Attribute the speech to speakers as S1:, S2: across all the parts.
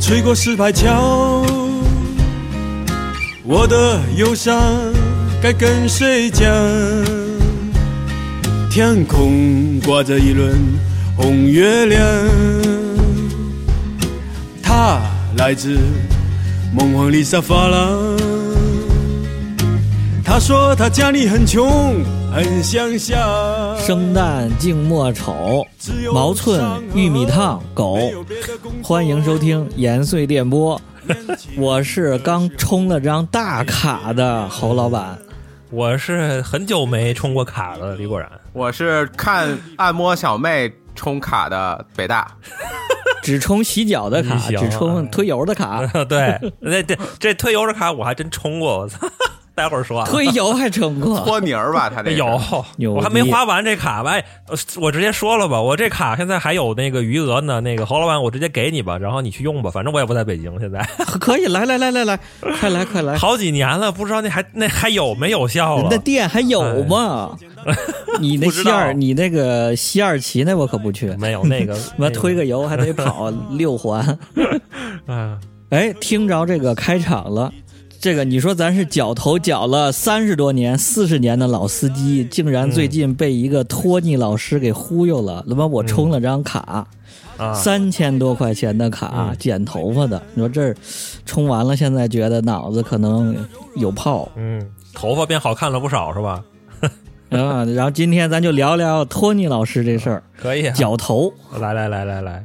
S1: 吹过石牌桥，我的忧伤该跟谁讲？天空挂着一轮红月亮，它来自梦幻丽莎发廊。他说他家里很穷，很乡下。
S2: 生旦净末丑，毛寸玉米烫狗，欢迎收听延绥电波，我是刚充了张大卡的侯老板。
S3: 我是很久没充过卡了，李果然。
S4: 我是看按摩小妹充卡的 北大，
S2: 只充洗脚的卡，
S3: 你行啊
S2: 只充推油的卡，
S3: 对，那这这推油的卡我还真充过，我操！ 待会儿说啊，
S2: 推油还充过。
S4: 托尼儿吧，他这是
S3: 有
S2: 牛，逼
S3: 我还没花完这卡吧？哎，呃我直接说了吧，我这卡现在还有那个余额呢。那个侯老板，我直接给你吧，然后你去用吧，反正我也不在北京，现在
S2: 可以，来来来来来，快来快来，
S3: 好几年了，不知道那还那还有没有效啊
S2: 人
S3: 了
S2: 的？店还有吗？你那
S3: 哎不知
S2: 西
S3: 道
S2: 二，你那个西二旗那我可不去，
S3: 没有那
S2: ，
S3: 个
S2: 我推个油还得 跑六环。
S3: 啊，
S2: 哎，听着这个开场了，这个你说咱是绞头绞了三十多年、四十年的老司机，竟然最近被一个托尼老师给忽悠了。他妈我充了张卡，
S3: 啊
S2: 三千多块钱的卡，
S3: 嗯
S2: 剪头发的。你说这儿充完了，现在觉得脑子可能有泡
S3: 嗯，头发变好看了不少是吧？
S2: 啊。然后今天咱就聊聊托尼老师这事儿，
S3: 可以啊，
S2: 绞头。
S3: 来来来来来，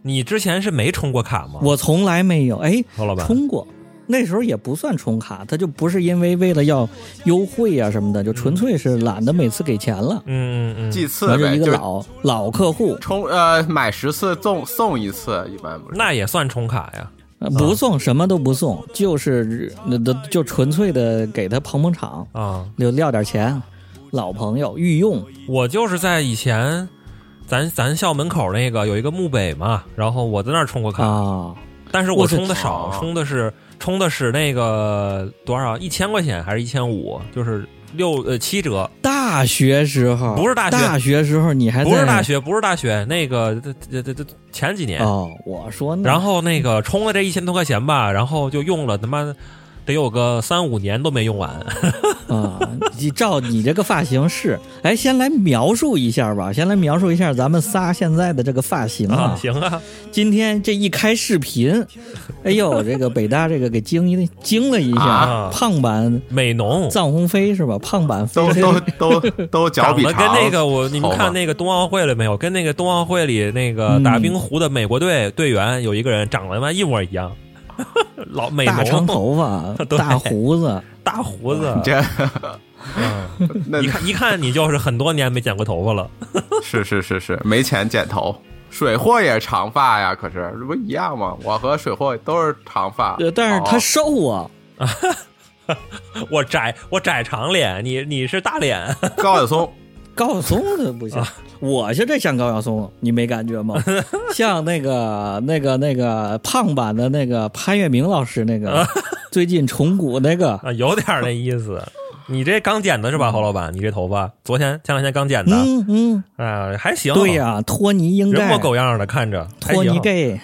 S3: 你之前是没充过卡吗？
S2: 我从来没有哎
S3: 侯老板
S2: 充过，那时候也不算充卡，他就不是因为为了要优惠啊什么的，就纯粹是懒得每次给钱了。
S3: 嗯嗯嗯，
S4: 祭
S2: 我
S4: 次
S2: 是
S4: 呗，
S2: 一
S4: 就
S2: 个
S4: 是
S2: 老老客户，
S4: 充呃买十次送送一次，一般不是。
S3: 那也算充卡呀。
S2: 呃
S4: 嗯
S2: 不送什么都不送，就是那都就纯粹的给他捧捧场，
S3: 啊，
S2: 就撂点钱。老朋友御用，
S3: 我就是在以前，咱咱校门口那个有一个木北嘛，然后我在那儿充过卡，
S2: 啊，
S3: 但是
S2: 我
S3: 我
S2: 是
S3: 充的少，
S4: 啊
S3: 充的是充的是那个多少啊一千块钱还是一千五，就是六呃七折，
S2: 大学时候
S3: 不是大学
S2: 大学时候你还在
S3: 不是大学，不是大学，那个这这这这前几年，
S2: 哦，我说呢，
S3: 然后那个充了这一千多块钱吧，然后就用了他妈得有个三五年都没用完。
S2: 啊，你照你这个发型是，哎，先来描述一下吧，先来描述一下咱们仨现在的这个发型
S3: 啊，
S2: 啊。
S3: 行啊，
S2: 今天这一开视频，哎呦，这个北大这个给惊一惊了一下，
S3: 啊
S2: 胖版
S3: 美浓
S2: 藏红飞是吧？胖版飞
S4: 都
S2: 飞
S4: 都都都脚
S3: 长
S4: 比
S3: 得
S4: 长，
S3: 跟那个我你们
S4: 好吧
S3: 看那个冬奥会了没有？跟那个冬奥会里那个
S2: 嗯
S3: 打冰壶的美国队队员有一个人长得他妈一模一样，老美
S2: 大长
S3: 浓，
S2: 头发
S3: 对
S2: 大胡子，
S3: 大胡子
S4: 你，这
S3: 嗯，
S4: 那
S3: 一看一看你就是很多年没剪过头发了。
S4: 是是是是没钱剪头。水货也是长发呀，可是这不一样吗？我和水货都是长发哦
S2: 呃，，但是他瘦啊，
S3: 我窄我窄长脸，你你是大脸，
S4: 哦高晓松
S2: 高晓松的不行，我就这像高晓松，你没感觉吗？像那个那个那个胖版的那个潘粤明老师那个，最近重古那个，
S3: 啊，有点那意思。你这刚剪的是吧，侯老板？你这头发昨天前两天刚剪的，
S2: 嗯嗯，
S3: 啊，还行。
S2: 对呀、托尼应
S3: 人模
S2: 该
S3: 狗样的看着，哎还
S2: 托尼
S3: 行
S2: gay，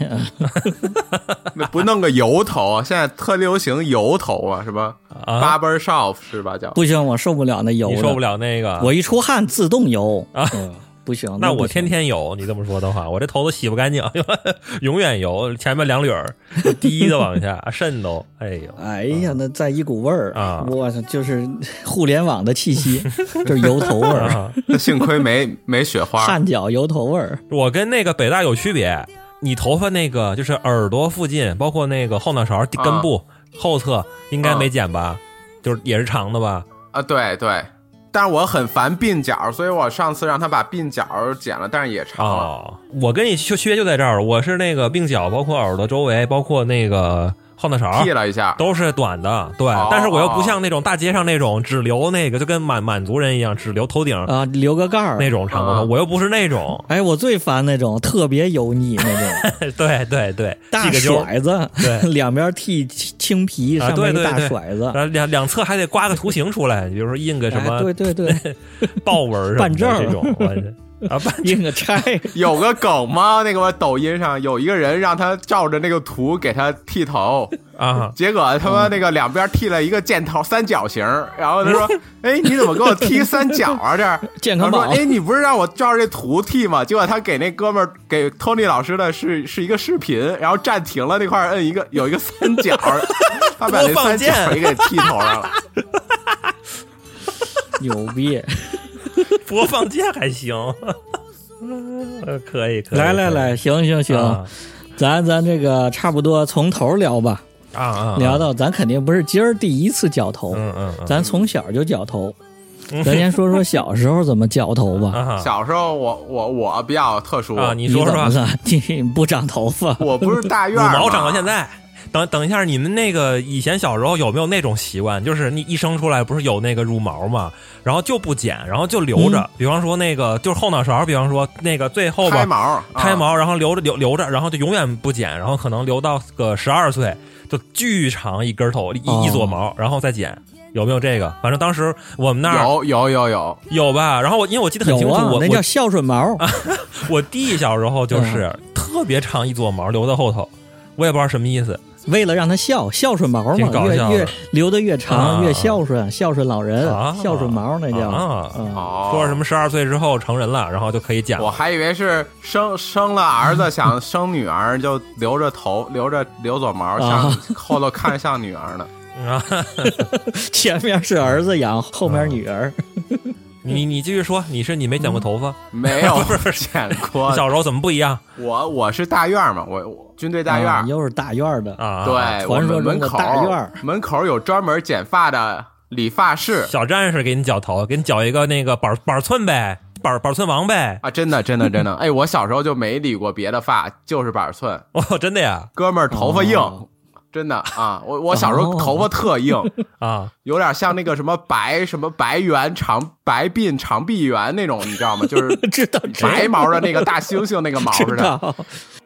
S4: 那不弄个油头，现在特流行油头啊，什么
S3: 啊，
S4: barber shop 是吧？叫
S2: 不行，我受不了那油
S3: 你
S2: 的，
S3: 受不了那个，
S2: 我一出汗自动油
S3: 啊
S2: 嗯不行，
S3: 那
S2: 不
S3: 我
S2: 行
S3: 天天有，你这么说的话，我这头都洗不干净， 永远有，前面两缕儿 滴的往下 渗都，哎呦，
S2: 哎呀，那再一股味儿
S3: 啊
S2: 我操，就是互联网的气息，就是油头味儿，
S3: 啊
S4: 那幸亏没没雪花，
S2: 汗脚油头味儿，
S3: 我跟那个北大有区别，你头发那个就是耳朵附近，包括那个后脑勺根
S4: 啊
S3: 部、后侧，应该没剪吧？就是也是长的吧？
S4: 啊，对对，但是我很烦鬓角，所以我上次让他把鬓角剪了，但是也长了。
S3: 哦，我跟你区区别就在这儿，我是那个鬓角，包括耳朵周围，包括那个后脑勺
S4: 剃。了一下，
S3: 都是短的，对，
S4: 哦
S3: 但是我又不像那种大街上那种只留那个，就跟满满族人一样，只留头顶
S2: 啊，留个盖儿
S3: 那种长头发，
S2: 嗯
S4: 啊
S3: 我又不是那 种，
S2: 哎，我最烦那种特别油腻那 种
S3: 对对对，
S2: 大
S3: 系个揪儿，
S2: 甩子，
S3: 对
S2: 两边剃青青皮，
S3: 啊
S2: 上面
S3: 对
S2: 一
S3: 对
S2: 大
S3: 对
S2: 甩子，
S3: 然后两两侧还 得刮个图形出来，比如说印个什
S2: 啊哎，
S3: 么
S2: 对对对，
S3: 豹纹儿什么的
S2: 办证儿
S3: 这种，我啊，半
S2: 印个差，
S4: 有个梗吗？那个抖音上有一个人让他照着那个图给他剃头，
S3: 啊，
S4: 结果他妈那个两边剃了一个箭头三角形，然后他说：“
S3: 嗯
S4: 哎，你怎么给我剃三角啊？这儿
S2: 健康
S4: 他说
S2: 宝：“
S4: 哎，你不是让我照着这图剃吗？”结果他给那哥们儿给 Tony 老师的是是一个视频，然后暂停了那块儿摁一个有一个三角， 他把那
S3: 播放
S4: 三角
S3: 键
S4: 也给剃头上了。
S2: 牛逼！
S3: 播放键还行， 呃可以可以，
S2: 来来
S3: 可以
S2: 来，行行行，
S3: 啊
S2: 咱咱这个差不多从头聊吧，
S3: 啊啊，
S2: 聊到咱肯定不是今儿第一次绞头，
S3: 嗯嗯嗯，
S2: 咱从小就绞头。咱先说说小时候怎么绞头吧。
S3: 啊
S4: 小时候我我我比较特殊，
S3: 啊，你
S2: 你
S3: 说
S2: 怎么
S3: 说，
S2: 的？ 你不长头发？
S4: 我不是大
S3: 五
S4: 院儿
S3: 毛
S4: 吗
S3: 长到现在。等等一下，你们那个以前小时候有没有那种习惯？就是你一生出来不是有那个乳毛嘛，然后就不剪，然后就留着。比方说那个就是后脑勺，比方说那个最后吧
S4: 开，毛啊
S3: 胎，毛，然后留着留留着，然后就永远不剪，然后可能留到个十二岁，就巨长一根头一、
S2: 哦
S3: 一撮毛，然后再剪，有没有这个？反正当时我们那
S4: 啊
S3: 儿
S4: 有有有有，
S3: 有吧。然后我因为我记得很清
S2: 有
S3: 楚，
S2: 啊，
S3: 我
S2: 那叫孝顺毛。
S3: 我我弟小时候就是特别长一撮毛留到后头，我也不知道什么意思。
S2: 为了让他孝孝顺毛
S3: 挺
S2: 嘛，
S3: 搞
S2: 越
S3: 笑的
S2: 越留的越长
S3: 啊
S2: 越孝顺，孝顺老人
S3: 啊，
S2: 孝顺毛那叫。
S3: 啊
S2: 嗯
S4: 哦，
S3: 说是什么十二岁之后成人了，然后就可以剪
S4: 我
S3: 了。
S4: 还以为是生生了儿 子，想生女儿就留着头，留着留撮毛，
S2: 啊
S4: 像后头看着像女儿呢。
S3: 啊，
S2: 前面是儿子养，后面女儿。
S3: 你你继续说，你是你没剪过头发？
S4: 没 有
S3: 不是
S4: 剪过
S3: 你，小时候怎么不一样
S4: 我我是大院嘛，我我军队大院
S2: 啊
S4: 儿，
S2: 又是大院儿的，
S3: 啊？，
S4: 对，我
S2: 传说
S4: 们
S2: 中
S4: 门
S2: 的
S4: 口
S2: 大院儿
S4: 门口有专门剪发的理发室
S3: 小战士给你绞头，给你绞一个那个板板寸呗，板板寸王呗。
S4: 啊，真的真的 真的，哎，我小时候就没理过别的发，就是板寸，
S3: 哦，真的呀
S4: 哥们儿头发硬
S2: 哦，
S4: 真的啊，我我小时候头发特硬，
S3: 啊！
S4: 有点像那个什么白什么白猿长白鬓长臂猿那种，你知道吗？就是
S2: 知道
S4: 白毛的那个大猩猩那个毛似
S2: 知
S4: 的。
S2: 道，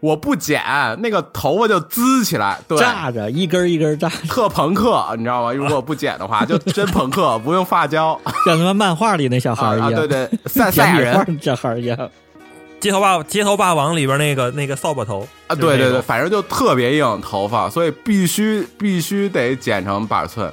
S4: 我不剪，那个头发就滋起来，对，
S2: 炸着一根儿一根 儿炸，
S4: 特朋克，你知道吗？如果不剪的话，就真朋克，不用发胶啊
S2: 像他妈漫画里那小孩儿一
S4: 啊！
S2: 样，
S4: 对对，赛赛
S2: 像
S4: 亚
S2: 野花
S4: 人
S2: 儿小孩儿一样。
S3: 街头霸街头霸王里边那个那个扫把头
S4: 啊，对对对，
S3: 就是
S4: 反正就特别硬头发，所以必须必须得剪成板寸。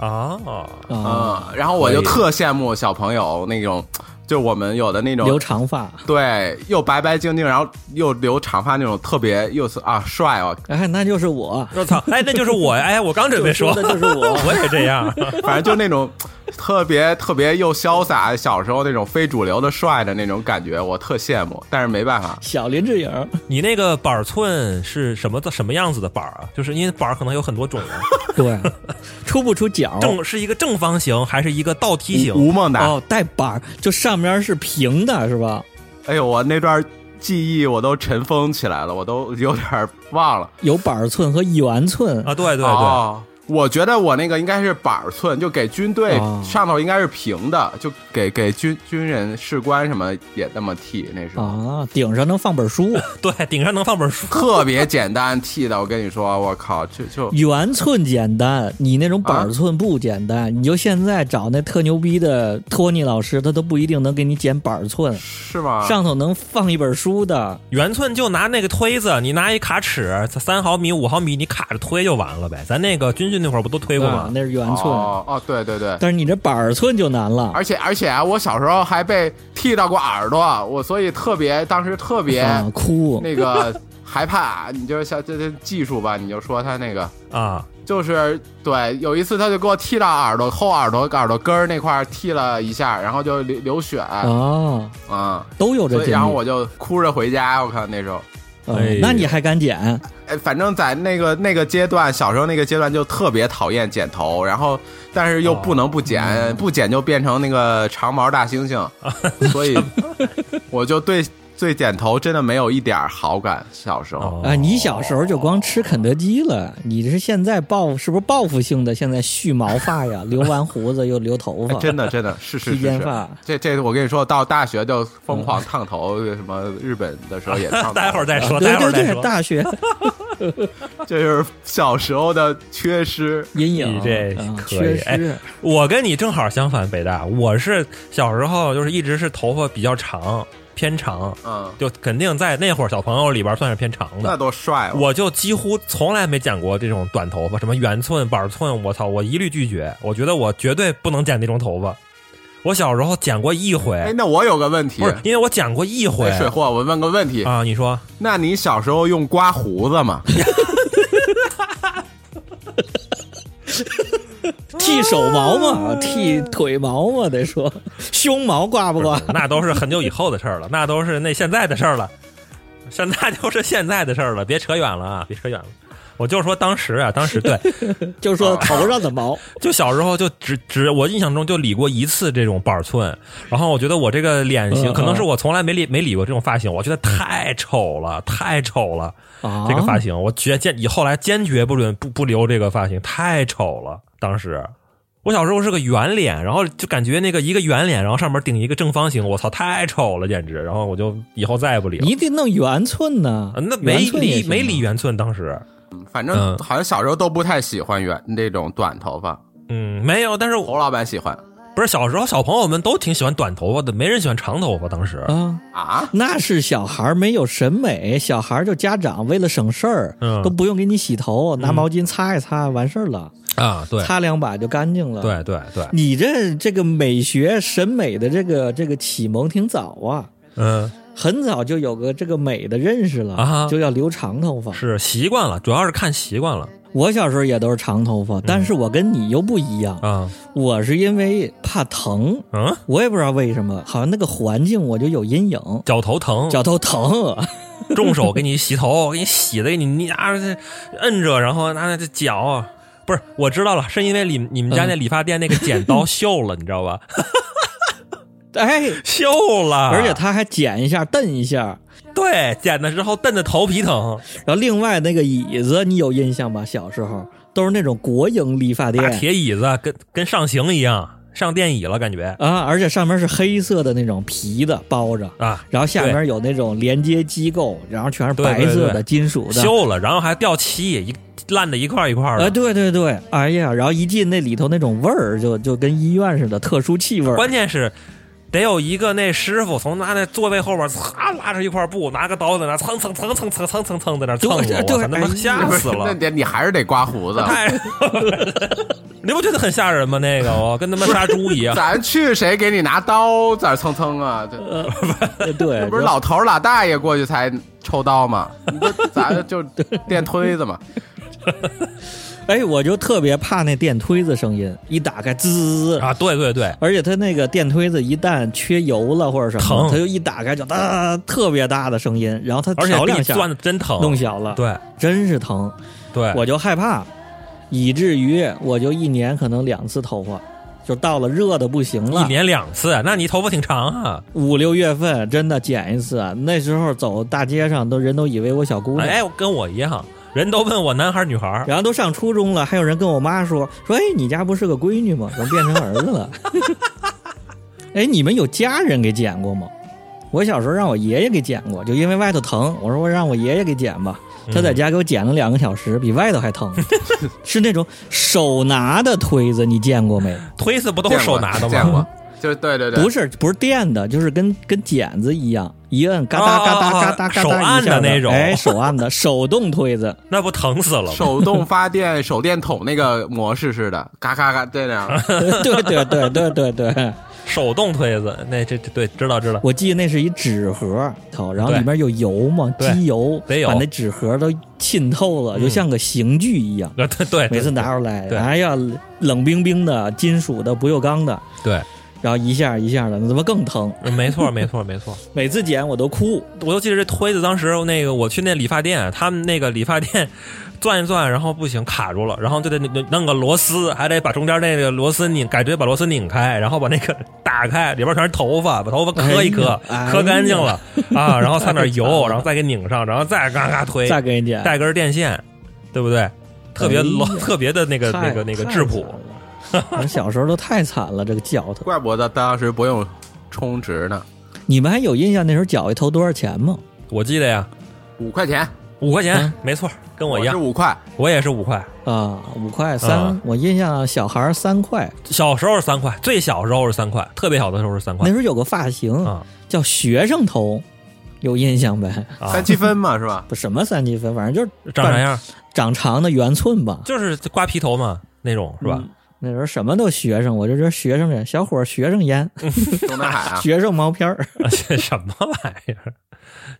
S3: 那种啊，
S2: 啊，
S4: 嗯，然后我就
S3: 可以
S4: 特羡慕小朋友那种，就我们有的那种
S2: 留长发。
S4: 对，又白白净净，然后又留长发那种，特别又是啊帅哦，
S2: 哎，那就是我，
S3: 我操！ 哎，那就是我哎，我刚准备说
S2: 就，的就是我。
S3: 我也这样。
S4: 反正就那种特别特别又潇洒，小时候那种非主流的帅的那种感觉，我特羡慕。但是没办法，
S2: 小林志颖，
S3: 你那个板寸是什么的什么样子的板啊？就是因为板可能有很多种
S4: 哦
S3: 啊，
S2: 对，出不出角？
S3: 正是一个正方形还是一个倒梯形？
S4: 吴孟达，
S2: 哦，带板儿，就上面是平的，是吧？
S4: 哎呦，我那段记忆我都尘封起来了，我都有点忘了。
S2: 有板儿寸和圆寸
S3: 啊，对对对，
S4: 哦我觉得我那个应该是板儿寸，就给军队
S2: 哦
S4: 上头应该是平的，就给给军军人士官什么也那么剃，那时候、
S2: 啊，顶上能放本 书。
S3: 对，顶上能放本书。
S4: 特别简单剃的。我跟你说，我靠，就就
S2: 圆寸简单，你那种板
S4: 啊
S2: 儿寸不简单。你就现在找那特牛逼的托尼老师，他都不一定能给你剪板儿寸，
S4: 是吗？
S2: 上头能放一本书 的。
S3: 圆寸就拿那个推子，你拿一卡尺，三毫米、五毫米，你卡着推就完了呗。咱那个军训那会儿不都推过
S2: 啊
S3: 吗，？
S2: 那是圆寸，
S4: 哦哦，对对对，
S2: 但是你这板儿寸就难了。
S4: 而且而且啊，我小时候还被剃到过耳朵，我所以特别当时特别
S2: 啊，哭
S4: 那个害怕。你就是像这这技术吧，你就说他那个
S3: 啊，
S4: 就是对，有一次他就给我剃到耳朵后耳朵耳朵根儿那块儿剃了一下，然后就流流血啊、
S2: 啊，都有这
S4: 所
S2: 经
S4: 以
S2: 历。
S4: 然后我就哭着回家。我靠那时候，
S2: 嗯
S3: 哎呀
S2: 那你还敢剪？啊
S4: 哎，反正在那个那个阶段，小时候那个阶段就特别讨厌剪头，然后但是又不能不剪，
S3: 嗯
S4: 不剪就变成那个长毛大 猩猩，所以我就对对剪头真的没有一点儿好感。小时
S3: 哦
S4: 候、
S2: 啊，你小时候就光吃肯德基了，你这是现在报复是不是报复性的？现在蓄毛发呀，留完胡子又留头
S4: 哎
S2: 发，
S4: 真的真的是是
S2: 披
S4: 是
S2: 肩
S4: 是
S2: 发，
S4: 这这我跟你说到大学就疯狂烫头，什么日本的时候也烫头。
S3: 嗯 待会儿再说，
S2: 对
S3: 待
S2: 对
S3: 会儿再
S2: 对，
S3: 说。
S2: 大学
S4: 这就是小时候的缺失。
S2: 阴影，
S3: 你这
S2: 嗯
S3: 可以哎
S2: 缺失，
S3: 我跟你正好相反，北大，我是小时候就是一直是头发比较长，偏长，
S4: 嗯，
S3: 就肯定在那会儿小朋友里边算是偏长
S4: 那
S3: 的。
S4: 多帅、哦！
S3: 我就几乎从来没剪过这种短头发，什么圆寸、板寸，我操，我一律拒绝。我觉得我绝对不能剪那种头发。我小时候剪过一回，
S4: 哎，那我有个问题
S3: 不，是因为我剪过一回
S4: 哎水货，我问个问题，
S3: 啊。你说
S4: 那你小时候用刮胡 子吗？
S2: 剃手毛嘛，剃腿毛嘛，得说胸毛刮不刮？
S3: 那都是很久以后的事儿了，那都是那现在的事儿了，现在就是现在的事儿了，别扯远了啊，别扯远了。我就说当时啊，当 时对，
S2: 就说
S3: 啊
S2: 头上的 毛，
S3: 就小时候就只只我印象中就理过一次这种板寸，然后我觉得我这个脸型
S2: 嗯
S3: 可能是我从来没理没理过这种发型，我觉得太丑了，太丑了，
S2: 啊
S3: 这个发型我决坚以后来坚决不准不不留这个发型，太丑了。当时我小时候是个圆脸，然后就感觉那个一个圆脸，然后上面顶一个正方形，我操，太丑了，简直。然后我就以后再也不理了。
S2: 你得弄圆寸呢
S3: 啊，那没
S2: 圆寸也
S3: 理
S2: 行啊
S3: 没理圆寸，当时
S4: 反正好像小时候都不太喜欢圆那种短头发，
S3: 嗯没有，但是我
S4: 侯老板喜欢
S3: 不是小时候小朋友们都挺喜欢短头发的，没人喜欢长头发。当时
S2: 啊，
S4: 啊？
S2: 那是小孩儿没有审美，小孩儿就家长为了省事儿，
S3: 嗯
S2: 都不用给你洗头，拿毛巾擦一擦，完事儿了，
S3: 啊，对
S2: 擦两把就干净了。，
S3: 对对对，
S2: 你这这个美学审美的这个这个启蒙挺早啊，
S3: 嗯，
S2: 很早就有个这个美的认识了，
S3: 啊哈
S2: 就要留长头发。
S3: 是习惯了，主要是看习惯了
S2: 我小时候也都是长头
S3: 嗯
S2: 发，但是我跟你又不一样，
S3: 啊，
S2: 我是因为怕疼，
S3: 嗯，
S2: 我也不知道为什么，好像那个环境我就有阴影，
S3: 脚头疼，
S2: 脚头疼。啊
S3: 重手给你洗头，给你洗的给你你啊这摁着，然后拿那这脚。不是，我知道了，是因为你你们家那理发店那个剪刀 锈了，你知道吧？嗯
S2: 哎，
S3: 锈了，
S2: 而且他还剪一下、蹬一下，
S3: 对剪的时候蹬的头皮疼，
S2: 然后另外那个椅子，你有印象吧？小时候都是那种国营理发
S3: 大
S2: 店
S3: 铁椅子跟跟上刑一样，上电椅了感觉
S2: 啊，而且上面是黑色的那种皮的包着，
S3: 啊，
S2: 然后下面有那种连接机构，然后全是白色
S3: 对对
S2: 的
S3: 对
S2: 金属的。
S3: 锈了，然后还掉漆，一烂的一块一块
S2: 啊，
S3: 的。
S2: 对对对，哎呀，然后一进那里头那种味儿，就就跟医院似的，特殊气味儿。
S3: 关键是得有一个那师傅从他那座位后边擦拉着一块布，拿个刀在那蹭蹭蹭蹭蹭蹭蹭蹭在那蹭我，
S2: 对对
S3: 我操，他妈
S2: 哎
S3: 吓死
S4: 那
S3: 了！哎
S4: 得你还是得刮胡子。
S3: 太，你不觉得很吓人吗？那个我跟他妈杀猪一样。
S4: 咱去谁给你拿刀在这蹭蹭啊？
S3: 哎
S4: 这
S2: 呃对，
S4: 这不是老头儿老大爷过去才抽刀吗？你这咱就电推子嘛。
S2: 哎，我就特别怕那电推子声音，一打开滋滋滋，
S3: 啊，对对对，
S2: 而且它那个电推子一旦缺油了或者什么
S3: 疼，
S2: 它就一打开就哒特别大的声音，然后它
S3: 而且
S2: 调
S3: 给
S2: 两
S3: 你
S2: 下
S3: 钻的真疼，
S2: 弄小了，，
S3: 对哎
S2: 真是疼，
S3: 对，
S2: 我就害怕，以至于我就一年可能两次头发，就到了热的不行
S3: 一
S2: 了，
S3: 年两次，那你头发挺长啊。
S2: 五六月份真的剪一次，啊那时候走大街上都人都以为我小姑娘。
S3: 哎，跟我一样，人都问我男孩儿女孩儿，
S2: 然后都上初中了，还有人跟我妈说说，哎，你家不是个闺女吗？怎么变成儿子了？ 哎，你们有家人给剪过吗？我小时候让我爷爷给剪过，就因为外头疼，我说我让我爷爷给剪吧，
S3: 嗯
S2: 他在家给我剪了两个小时，比外头还 疼，是那种手拿的推子，你见过没？
S3: 推子不 都是
S4: 见过
S3: 手拿的
S4: 见过
S3: 吗？，
S4: 就是对对对，
S2: 不是不是电的，就是跟跟剪子一样，一摁嘎
S3: 啊
S2: 哒嘎
S3: 啊
S2: 哒
S3: 啊
S2: 嘎哒嘎哒
S3: 手按
S2: 一下
S3: 的那种
S2: 哎，手按的手动推 子，
S3: 那不疼死了吗？
S4: 手动发电手电筒那个模式似的，嘎嘎嘎这 样。
S2: 对对对对对对。
S3: 手动推子，那这这对，知道知道。
S2: 我记得那是一纸盒，头，然后
S3: 对
S2: 里面有油嘛，
S3: 对
S2: 机油，
S3: 得有
S2: 把那纸盒都浸透了，
S3: 嗯
S2: 就像个刑具一样。
S3: 啊， 对对，
S2: 每次拿出来，
S3: 对
S2: 哎呀，冷冰冰的，金属的，不锈钢的，
S3: 对，
S2: 然后一下一下的，那他妈更疼。
S3: 没错没错没错。
S2: 每次剪我都哭，
S3: 我就记得这推子，当时那个我去那理发店，他们那个理发店 转一转，然后不行卡住了，然后就得弄弄个螺丝，还得把中间那个螺丝拧，改锥把螺丝拧开，然后把那个 打开，里边全是头发，把头发磕一磕，
S2: 哎呀哎
S3: 磕干净了、啊，然后撒点油，然后再给拧上，然后再嘎嘎推，
S2: 再给你剪，
S3: 哎带根电线，对不对？特别老、
S2: 哎呀
S3: 特别的那个
S2: 太
S3: 那个那个质朴，。
S2: 太惨了我小时候都太惨了，这个脚头。
S4: 怪不得当时不用充值呢，
S2: 你们还有印象那时候脚一头多少钱吗？
S3: 我记得呀，哎
S4: 五块钱。
S2: 嗯
S3: 五块钱，没错，跟我一
S4: 是
S3: 样，
S4: 五块，
S3: 我也是五块。
S2: 啊，五块三
S3: 啊，
S2: 我印象小孩儿三块，
S3: 小时候是三块，最小时候是三块，特别小的时候是三
S2: 那
S3: 块
S2: 时候有个发型
S3: 啊
S2: 叫学生头，有印象呗？
S3: 啊，
S4: 三七分嘛，是吧？
S2: 不什么三七分，反正就是
S3: 长啥样？
S2: 长长的圆寸吧，
S3: 就是刮皮头嘛，那种是吧？
S2: 嗯那时候什么都学生，我就觉得学生人，小伙儿学生烟，
S4: 中南海 啊，
S2: 学生毛片儿。
S3: 这什么玩意儿？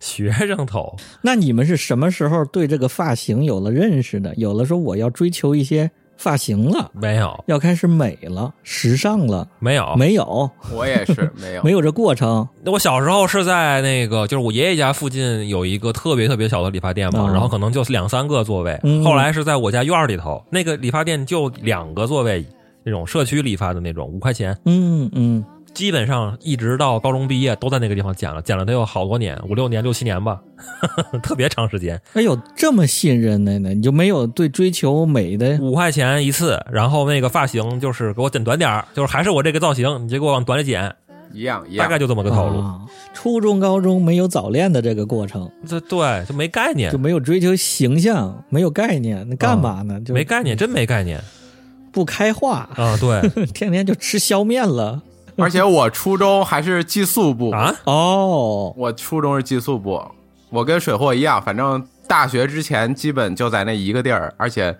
S3: 学生头
S2: 那你们是什么时候对这个发型有了认识的？有了说我要追求一些发型了，
S3: 没有，
S2: 要开始美了、时尚了？
S3: 哦没有，
S2: 没有，
S4: 我也是没有
S2: 没。有这过程。
S3: 那我小时候是在那个，就是我爷爷家附近有一个特别特别小的理发店嘛，
S2: 嗯
S3: 然后可能就两三个座位。
S2: 嗯
S3: 后来是在我家院儿里头，那个理发店就两个座位，那种社区理发的那种，五块钱。
S2: 嗯嗯，
S3: 基本上一直到高中毕业都在那个地方剪了，剪了得有好多年，五六年、六七年吧， 特别长时间。
S2: 哎呦，这么信任的呢？你就没有对追求美 的？
S3: 五块钱一次，然后那个发型就是给我剪短点儿，就是还是我这个造型，你就给我往短里剪，
S4: 一样一
S3: 大
S4: 样
S3: 概。就这么个套路。
S2: 啊初中、高中没有早恋的这个过程，
S3: 这对就没概念
S2: 就，没有追求形象，没有概念，那干嘛呢？就
S3: 没概念，真没概念
S2: 不开化，
S3: 啊！ 对
S2: 天天就吃削面了。
S4: 而且我初中还是寄宿部，
S3: 啊，
S2: 哦，
S4: 我初中是寄宿部，我跟水货一样，反正大学之前基本就在那一个地儿，而且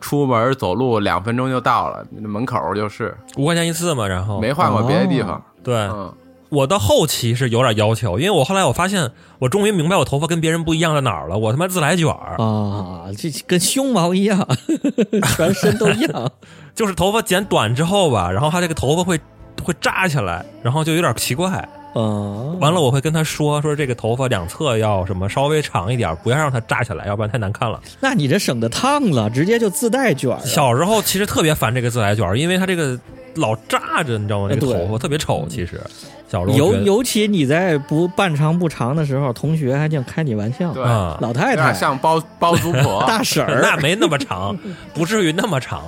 S4: 出门走路两分钟就到了，门口就是
S3: 五块钱一次嘛，然后
S4: 没换过别的地方。
S3: 对
S4: 嗯，
S3: 我到后期是有点要求，因为我后来我发现，我终于明白我头发跟别人不一样在哪儿了，我他妈自来卷儿，
S4: 嗯
S2: 啊，这跟胸毛一样， 全身都一样。
S3: 就是头发剪短之后吧，然后它这个头发会会扎起来，然后就有点奇怪。
S2: 啊，
S4: 嗯
S3: 完了，我会跟他说说这个头发两侧要什么稍微长一点，不要让它扎起来，要不然太难看了。
S2: 那你这省得烫了，直接就自带卷儿啊。
S3: 小时候其实特别烦这个自来卷儿，因为它这个老扎着，你知道吗？这个
S2: 哎对嗯
S3: 头发特别丑。其实小时候
S2: 尤
S3: 觉得
S2: 尤其你在不半长不长的时候，同学还净开你玩笑，
S4: 对
S3: 啊，
S2: 老太太
S4: 有点、像包包租 婆。
S2: 大婶儿。
S3: 那没那么长，不至于那么长。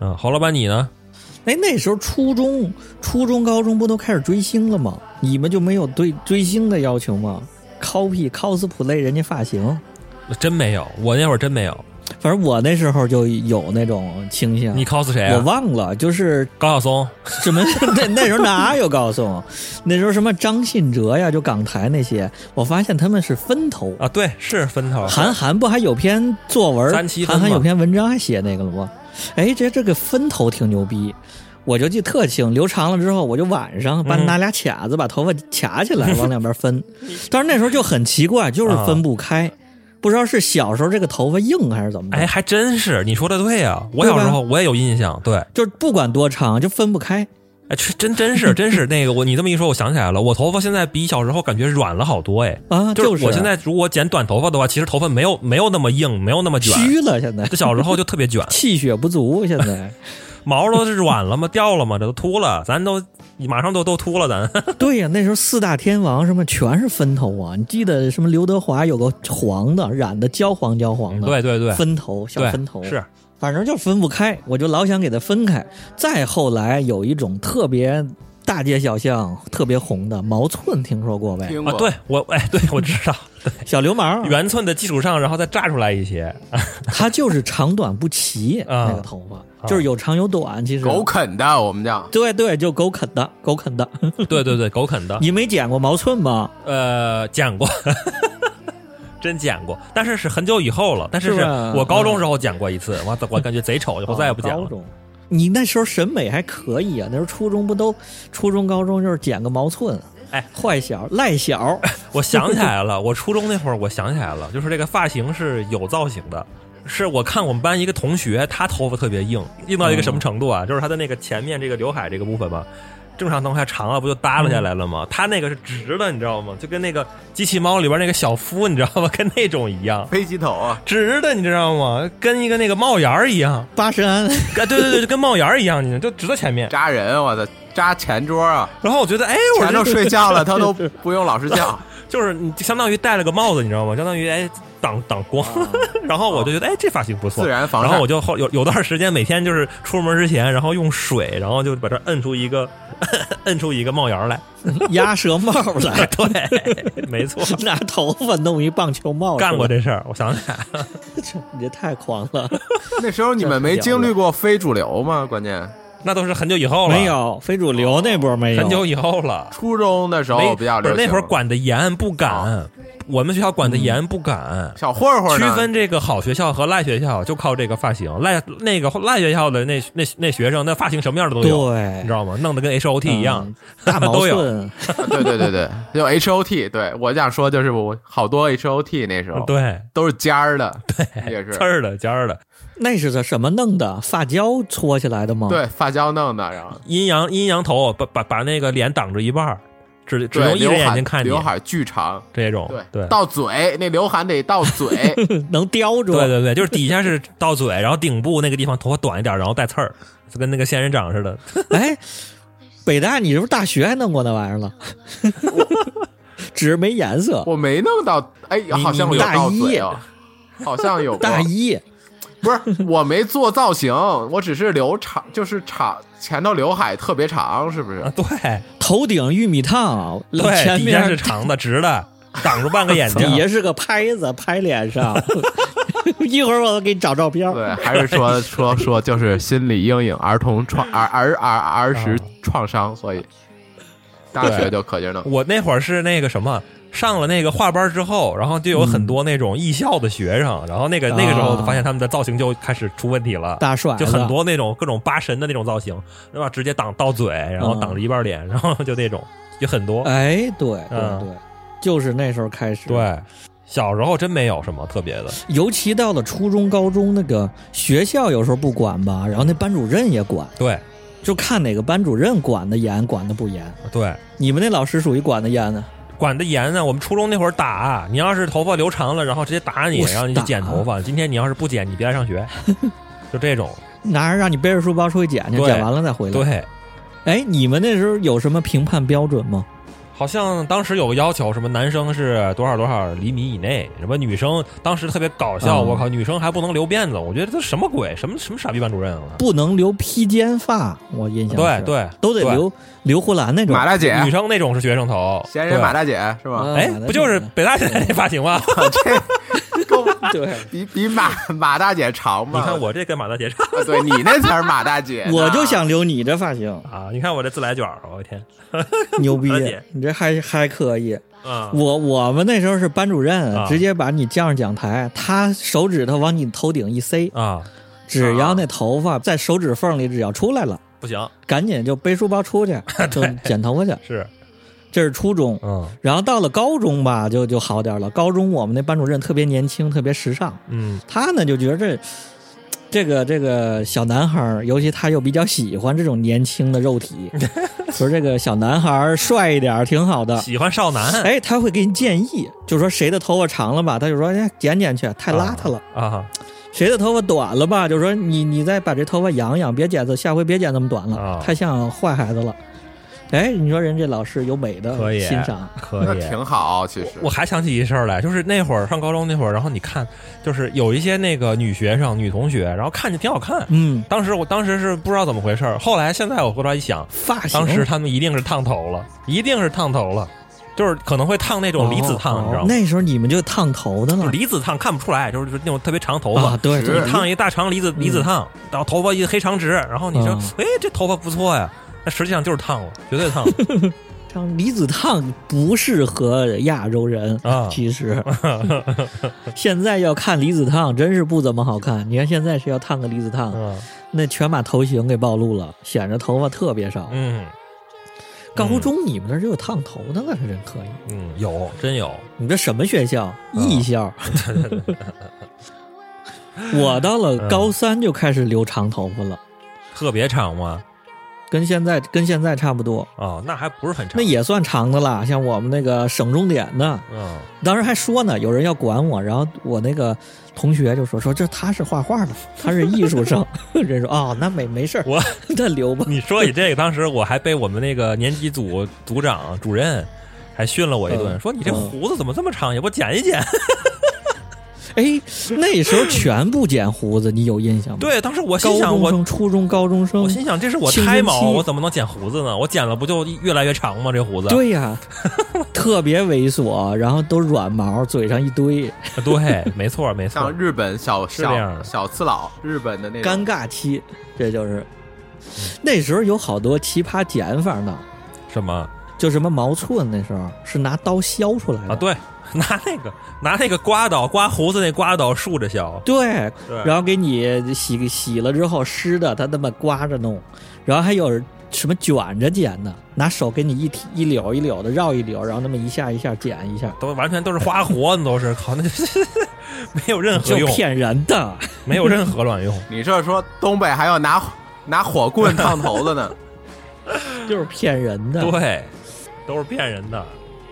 S3: 嗯，侯老板你呢？
S2: 哎，那时候初中、初中、高中不都开始追星了吗？你们就没有对追星的要求吗？copy cosplay 人家发型，
S3: 真没有，我那会儿真没有。
S2: 反正我那时候就有那种倾向。
S3: 你 cos 谁
S2: 嗯我
S3: 啊？
S2: 忘了，就是
S3: 高晓松
S2: 什么那那时候哪有高松？ 那时候什么张信哲呀，就港台那些，我发现他们是分头。
S3: 啊，对，是分头。
S2: 韩寒不还有篇作文，
S3: 三七分
S2: 韩寒
S3: 嘛
S2: 有篇文章还写那个了吗？哎，这这个分头挺牛逼，我就记特清。留长了之后，我就晚上把
S3: 嗯
S2: 拿俩卡子把头发卡起 来，往两边分。但是那时候就很奇怪，就是分不开，不知道是小时候这个头发硬还是怎么的，
S3: 啊哎，还真是，你说的对啊。我
S2: 对吧
S3: 小时候我也有印象，对，
S2: 就是不管多长就分不开。
S3: 哎，这真真 是真是那个我你这么一说，我想起来了，我头发现在比小时候感觉软了好多哎。
S2: 啊
S3: 就
S2: 就是
S3: 是我现在如果剪短头发的话，其实头发没有没有那么硬，没有那么卷。
S2: 虚了，现在，
S3: 这小时候就特别卷
S2: 气血不足，现在。
S3: 毛都是软了嘛，掉了嘛，这都秃了，咱都马上都都秃了，咱
S2: 对呀、那时候四大天王什么全是分头啊！你记得什么刘德华有个黄的，染的焦黄焦黄的，
S3: 嗯对对对，
S2: 分头小
S3: 对
S2: 分头
S3: 是，啊
S2: 反正就分不开，我就老想给它分开。再后来有一种特别大街小巷特别红的毛寸，听说过呗？
S4: 听
S3: 啊
S4: 过，，
S3: 对我哎，对我知道，
S2: 小流氓，
S3: 圆寸的基础上，然后再炸出来一些，
S2: 他就是长短不齐，
S3: 啊
S2: 那个头发就是有长有短，其实
S4: 狗啃的，我们叫
S2: 对对，就狗啃的，狗啃的。
S3: 对对对，狗啃的，
S2: 你没剪过毛寸吗？
S3: 呃，剪过， 真剪过，但是是很久以后了。但是
S2: 是
S3: 是
S2: 吧嗯哦
S3: 我高中时候剪过一次，我我感觉贼丑，我再也不剪
S2: 高
S3: 了。
S2: 中，你那时候审美还可以啊，那时候初中不都，初中高中就是剪个毛寸，
S3: 哎，
S2: 坏小赖 小，
S3: 我想起来了，我初中那会儿，我想起来了，就是这个发型是有造型的。是我看我们班一个同学，他头发特别硬，硬到一个什么程度啊？就是他的那个前面这个刘海这个部分吧，正常头发长了不就耷拉下来了吗？他那个是直的，你知道吗？就跟那个机器猫里边那个小夫，你知道吗？ 跟那种一样，
S4: 飞机头啊，
S3: 直的，你知道吗？跟一个那个帽檐儿一样。
S2: 八神庵
S3: 啊，对对对，就跟帽檐儿一样，你就直在前面。
S4: 扎人，我操，扎前桌啊，
S3: 然后我觉得，哎， 我
S4: 前头
S3: 就
S4: 睡 觉了，他都不用老师叫，
S3: 就是你就相当于戴了个帽子，你知道吗？相当于哎挡挡光。 然后我就觉得，哎，这发型不错，
S4: 嗯自然防晒
S3: 然后我就后有有段时间每天就是出门之前，然后用水，然后就把这摁出一个 摁出一个帽 檐来。
S2: 鸭舌帽 来，
S3: 对，没 错，
S2: 拿头发弄一棒球帽，
S3: 干过这事儿，我想起来了，
S2: 这，你这太狂了。
S4: 那时候你们没经历过非主流吗？关键
S3: 那都是很久以后了，哦
S2: 没，有非主流那波没有，
S3: 很久以后了。
S4: 初中的时
S3: 没
S4: 候比较
S3: 不
S4: 流
S3: 是
S4: 行，啊嗯
S3: 那会儿管得严，不敢。我们学校管得严，不敢。
S4: 小混混
S3: 区
S4: 呢
S3: 分这个好学校和赖学校，就靠这个发型。赖那个赖学校的那那那学生，那发型什么样的都有，
S2: 对
S3: 你知道吗？弄得跟 H O T 一样
S2: 嗯，大矛
S3: 都有
S2: 盾，
S4: 对对对对，就 H O T，对我想说就是我好多 H O T 那时候
S3: 对，
S4: 都是尖儿的，对也
S3: 刺
S4: 嗯是
S3: 儿的尖儿的，
S2: 那是这什么弄的？发胶搓起来的吗？，
S4: 对发胶弄的，然后
S3: 阴阳阴阳头，把把把那个脸挡着一半儿，只只
S4: 对
S3: 能一
S4: 刘
S3: 只眼
S4: 海
S3: 睛看你
S4: 刘海巨长，
S3: 这种，
S4: 对
S3: 对
S4: 到嘴那刘海得到 嘴，
S2: 能叼住。
S3: 对对对，就是底下是到嘴，然后顶部那个地方头发短一点，然后带刺儿，就跟那个仙人掌似的。
S2: 哎，北大你是不是大学还弄过那玩意 儿了？纸没颜色，
S4: 我没弄到，哎，好像
S3: 你
S4: 有
S2: 大
S4: 到
S2: 一
S4: 嘴哦，好 像有过
S2: 大一
S4: 不是我没做造型，我只是留长，就是长前头刘海特别长，是不是
S3: 啊？对
S2: 头顶玉米烫，
S3: 对，
S2: 前
S3: 底下
S2: 面
S3: 是长的直的，挡住半个眼 睛。
S2: 底下是个拍子，拍脸上。 一会儿我给你找照片。
S4: 对，还是说说说就是心理阴影、儿童创儿儿儿儿
S3: 啊
S4: 时创伤，所以大学就可劲儿弄。
S3: 我那会儿是那个什么，上了那个画班之后，然后就有很多那种艺校的学生，然后那个那个时候
S2: 嗯啊
S3: 发现他们的造型就开始出问题了，
S2: 大帅子啊
S3: 就很多那种各种八神的那种造型，对吧？直接挡到嘴，然
S2: 嗯
S3: 后挡着一半脸， 然后就那种就很多。
S2: 哎，对对
S3: 嗯
S2: 对，就是那时候开始。，
S3: 对，小时候真没有什么特别的，
S2: 尤其到了初中、高中，那个学校有时候不管吧，然后那班主任也管，
S3: 对
S2: 就看哪个班主任管的严，管的不严。
S3: 对。
S2: 你们那老师属于管的严呢？
S3: 管得严啊呢，我们初中那会儿打啊你，要是头发留长了，然后直接打你，
S2: 我是
S3: 然后你就剪头发。今天你要是不剪，你别来上 学，就这种。
S2: 拿着让你背着书包出去捡去，
S3: 对
S2: 捡完了再回来。，
S3: 对，
S2: 哎，你们那时候有什么评判标准吗？
S3: 好像当时有个要求，什么男生是多少多少厘米以内，什么女生当时特别搞笑，
S2: 嗯
S3: 我靠，女生还不能留辫子，我觉得这什么鬼，什么什么傻逼班主任啊！
S2: 不能留披肩发，我印象
S3: 对
S2: 是，
S3: 对，
S2: 都得
S3: 对。
S2: 留留护栏那种。
S4: 马大姐，
S3: 女生那种是学生头，
S4: 闲人
S3: 对
S4: 马大姐是吗？
S2: 嗯
S3: 哎，不就是北大现在那发型 吗？
S2: 对，，
S4: 比比马马大姐长
S3: 嗯
S4: 吗？
S3: 你看我这跟马大姐差
S4: 啊，对你那才是马大姐
S2: 我就想留你这发 型，
S3: 啊！你看我这自来卷儿，我的天
S2: 牛逼
S3: 马姐！
S2: 你这还还可以。
S3: 啊！
S2: 我我们那时候是班主任
S3: 啊，
S2: 直接把你降上讲台，他手指头往你头顶一塞，
S3: 啊，
S2: 只要那头发在手指缝里只要出来了，
S3: 不行，
S2: 赶紧就背书包出 去，就剪头发去。
S3: 是
S2: 这是初中，
S3: 嗯
S2: 然后到了高中吧，就就好点了。高中我们那班主任特别年轻，特别时尚，
S3: 嗯
S2: 他呢就觉得这这个这个小男孩儿，尤其他又比较喜欢这种年轻的肉 体，说这个小男孩儿帅一点儿挺好的。
S3: 喜欢少男，
S2: 哎，他会给你建议，就说谁的头发长了吧，他就说哎剪剪去，太邋遢了；
S3: 啊
S2: 谁的头发短了吧，就说你你再把这头发养养，别剪这下回别剪这么短了，
S3: 啊
S2: 太像坏孩子了。哎，你说人这老师有美的
S3: 可以
S2: 欣赏，
S3: 可
S4: 那
S3: 以。
S4: 挺好，其实
S3: 我还想起一事儿来，就是那会儿上高中那会儿，然后你看，就是有一些那个女学生、女同学，然后看着挺好看。
S2: 嗯，
S3: 当时我当时是不知道怎么回事儿，后来现在我回头一想，
S2: 发型
S3: 当时他们一定是烫头了，一定是烫头了，就是可能会烫那种离子烫，
S2: 哦
S3: 你知道
S2: 哦
S3: 吗？
S2: 那时候你们就烫头的
S3: 就是
S2: 了
S3: 离子烫看不出来，就是就是那种特别长头
S2: 嗯啊
S3: 发，，
S2: 对
S4: 是
S2: 对，
S3: 你烫一大长离子离子烫，然后头发一黑长直，然后你说
S2: 嗯，
S3: 哎，这头发不错呀，那实际上就是烫了，绝对烫了
S2: 烫离子烫不适合亚洲人
S3: 啊
S2: 其 实现在要看离子烫真是不怎么好看。你看现在谁要烫个离子烫，
S3: 嗯
S2: 那全把头型给暴露了，显着头发特别少。
S3: 嗯
S2: 高中你们那儿就有烫头的了，是真可以。
S3: 嗯，有真有，
S2: 你这什么学校？艺
S3: 啊
S2: 校。 我到了高三就开始留长头发了，
S3: 特别长吗？
S2: 跟现在跟现在差不多，
S3: 哦，那还不是很长。
S2: 那也算长的啦。像我们那个省重点的，
S3: 嗯，
S2: 当时还说呢，有人要管我，然后我那个同学就说说这他是画画的，他是艺术 生。人说哦，那没没事儿，
S3: 我
S2: 那留吧。
S3: 你说起这个，当时我还被我们那个年级组组长主任还训了我一顿，
S2: 嗯
S3: 说你这胡子怎么这么长，也不剪一剪。
S2: 哎，那时候全不剪胡子，你有印象吗？，
S3: 对，当时我心
S2: 高
S3: 想
S2: 中
S3: 我。
S2: 生、初中、高中生
S3: 我，心想，这是我
S2: 青
S3: 胎
S2: 春
S3: 毛，
S2: 期
S3: 我怎么能剪胡子呢？我剪了不就越来越长吗？这胡子，
S2: 对呀、 特别猥琐，然后都软毛，嘴上一堆，
S3: 哎对，没错，没错
S4: 像。日本小
S3: 是这样
S4: 小
S3: 的
S4: 小次郎，日本的那种
S2: 尴尬期，这就是。那时候有好多奇葩剪法呢，
S3: 什么
S2: 就什么毛寸，那时候是拿刀削出来的
S3: 啊？
S4: 嗯
S3: 对，拿那个拿那个刮刀刮胡子那刮刀竖着削，
S2: 对，
S3: 对
S2: 然后给你洗洗了之后湿的，他那么刮着弄，然后还有什么卷着剪的，拿手给你一提一绺一绺的绕一绺，然后那么一下一下剪一下，
S3: 都完全都是花活，那都是靠，那就是 没有任何
S2: 就
S3: 用，
S2: 骗人 的。
S3: 没有任何卵 用。
S4: 你这说东北还有拿拿火棍烫头 的呢？
S2: 就是骗人的。
S3: 对，都是骗人的，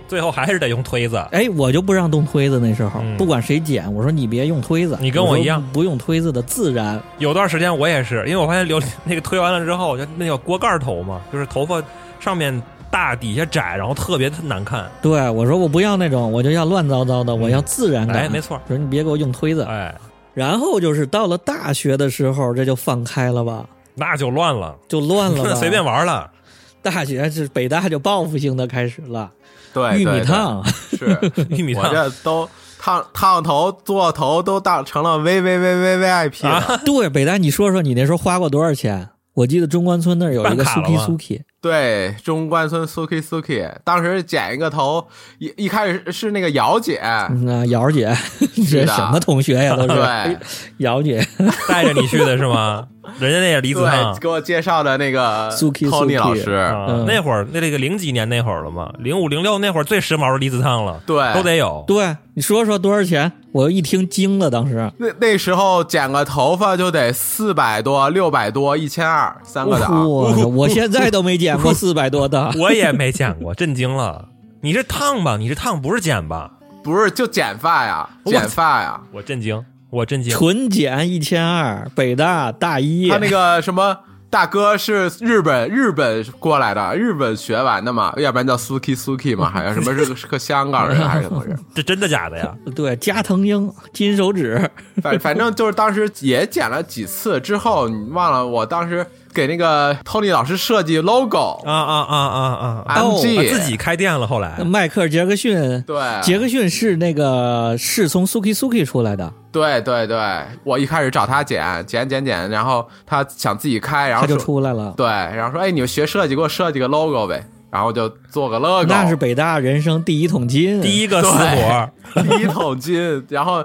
S3: 最后还是得用推子。
S2: 哎，我就不让动推子，那时候、
S3: 嗯
S2: 不管谁剪，我说你别用推子，
S3: 你跟我
S2: 说
S3: 一样
S2: 不用推子的自然。
S3: 有段时间我也是，因为我发现留 那个推完了之后，就那叫锅盖头嘛，就是头发上面大底下窄，然后特别难看。
S2: 对我说我不要那种，我就要乱糟糟的，我要自然感。
S3: 哎，没错，
S2: 说你别给我用推子。
S3: 哎，
S2: 然后就是到了大学的时候，这就放开了吧，
S3: 那就乱了，
S2: 就乱了吧，
S3: 随便。玩了。
S2: 大学是北大就报复性的开始了，
S4: 对，
S2: 玉米
S4: 对对
S2: 烫，
S4: 是
S3: 玉米
S4: 我
S3: 烫
S4: 这都烫烫头、做头都当成了 V V V V V I P 了。
S3: 啊，
S2: 对北大，你说说你那时候花过多少钱？我记得中关村那儿有一
S3: 办
S2: 个
S3: 卡
S2: 苏
S3: 了
S2: 皮
S3: 吗
S2: 苏皮，
S4: 对，中关村 Suki Suki，当时剪一个头，一一开始是那个姚姐，
S2: 嗯啊，瑶儿姐，这
S4: 是的
S2: 什么同学呀？都是
S4: 对
S2: 瑶姐，
S3: 带着你去的是吗？人家那也离子烫
S4: 对，。给我介绍的那个
S2: Suki
S4: Tony
S2: Suki
S4: 老师，
S3: 啊
S2: 嗯
S3: 那会儿那这个零几年那会儿了嘛，零五零六那会儿最时髦的离子烫了，
S4: 对
S3: 都得有。
S2: 对，你说说多少钱？我一听惊了，当时，
S4: 那那时候剪个头发就得四百多、六百多、一千二三个啊档，
S2: 我的 我现在都没见过四百多的，
S3: 我也没剪过，震惊了。你是烫吧？你是烫不是剪吧？
S4: 不是就剪发呀，
S3: 我
S4: 剪发呀。
S3: 我震惊，我震惊。
S2: 纯减一千二，北大大一，
S4: 他那个什么大哥是日本日本过来的，日本学完的嘛，要不然叫 Suki Suki 嘛，还有什么是个是个香港人还是怎么人？
S3: 这真的假的呀？
S2: 对加藤鹰金手指，
S4: 反反正就是当时也剪了几次之后，你忘了我当时给那个 Tony 老师设计 logo
S3: 啊啊啊啊啊！
S2: 哦
S3: 我
S4: MG
S3: 自己开店了，后来
S2: 迈克尔杰克逊，
S4: 对
S2: 杰克逊是那个是从 Suki Suki 出来的，
S4: 对对对，我一开始找他剪剪剪剪，然后他想自己开，然
S2: 他
S4: 后
S2: 就
S4: 说
S2: 出来了。
S4: 对，然后说哎你们学设计给我设计个 logo 呗，然后就做个 logo，
S2: 那是北大人生第一桶金，
S3: 第
S2: 一
S3: 一个私活，
S4: 第一桶金，然后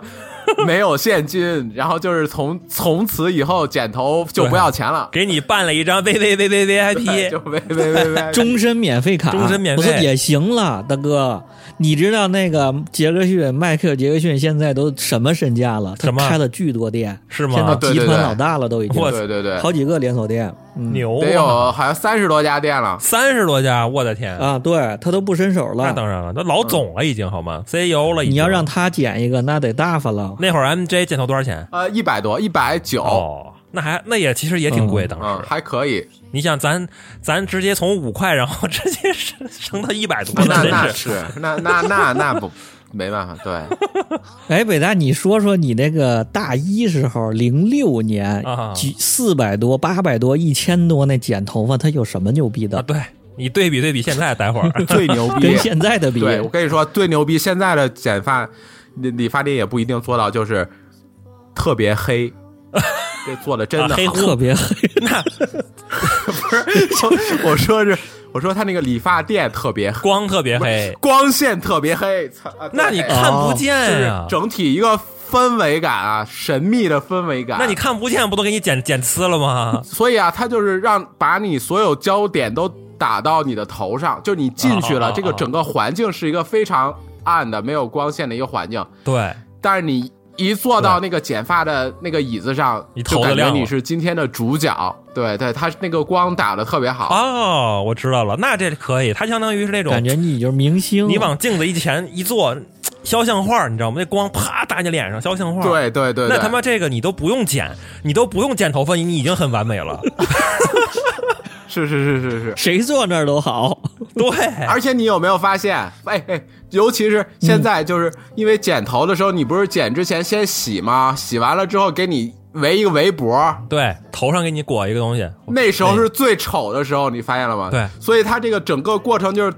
S4: 没有现金，然后就是从从此以后剪头就不要钱了，
S3: 给你办了一张 V V V V V I
S4: 对
S3: P
S4: 就。没没没没
S2: 终身免费卡，
S3: 终身免费
S2: 我说也行了，大哥，你知道那个杰克逊，迈克尔杰克逊现在都什么身价了？他
S3: 什么
S2: 开了巨多店，
S3: 是吗
S2: 现
S3: 啊
S2: 在
S4: 对
S2: 集
S4: 对
S2: 团
S4: 对
S2: 老大了，都已经
S3: 我
S4: 对对对，
S2: 好几个连锁店，嗯
S3: 牛
S4: 得
S3: 啊！
S4: 有好像三十多家店了，
S3: 三十多家，我的天！
S2: 啊，对他都不伸手
S3: 那
S2: 了。
S3: 当然了，那老总了已经好吗？CEO 了已经。
S2: 你要让他剪一个，那得大发了。
S3: 那会儿 M J 剪头多少钱？
S4: 呃，一百多，一百九，
S3: 哦，那还那也其实也挺贵，当
S4: 嗯，
S3: 时。
S4: 还可以，
S3: 你想，咱咱直接从五块，然后 直接升升到一百多，
S4: 那
S3: 真
S4: 那
S3: 是
S4: 是那那那那不没办法，对，
S2: 哎，北大，你说说你那个大一时候，零六年
S3: 啊，
S2: 几四百多、八百多、一千多那剪头发，它有什么牛逼
S3: 啊！
S2: 的？
S3: 对你对比对比现在，待 会儿
S4: 最牛逼
S2: 跟，现在的比，
S4: 对我跟你说最牛逼，现在的剪发理理发店也不一定做到就是特别黑，这做的真
S3: 啊
S4: 的
S3: 黑
S2: 特别黑。
S3: 那
S4: 不是，我说是，我说他那个理发店特别黑，
S3: 光特别黑，
S4: 光线特别黑，操！啊
S3: 那你
S4: 对
S3: 看不见
S4: 哦
S3: 啊
S4: 就是
S3: 呀、
S4: 整体一个氛围感啊，神秘的氛围感。
S3: 那你看不见，不都给你剪剪呲了吗？
S4: 所以啊，他就是让把你所有焦点都打到你的头上，就你进去
S3: 啊啊
S4: 了，
S3: 啊
S4: 这个整个环境是一个非常暗的、没有光线的一个环境，
S3: 对，
S4: 但是你。一坐到那个剪发的那个椅子上，
S3: 你头
S4: 就
S3: 都
S4: 感觉
S3: 亮了
S4: 你是今天的主角。对对，他那个光打的特别好。
S3: 哦，我知道了，那这可以，它相当于是那种
S2: 感觉你就是明星了，
S3: 你往镜子一前一坐，肖像画，你知道吗？那光啪打你脸上，肖像画。。
S4: 对对对对，
S3: 那他妈这个你都不用剪，你都不用剪头发，你你已经很完美了。
S4: 是是是是是。
S2: 谁坐那儿都好。
S3: 对，
S4: 而且你有没有发现？哎哎，尤其是现在，就是因为剪头的时候，你不是剪之前先洗吗？洗完了之后给你围一个围脖，
S3: 对，头上给你裹一个东西，
S4: 那时候是最丑的时候，你发现了吗？
S3: 对
S4: 所以他这个整个过程就是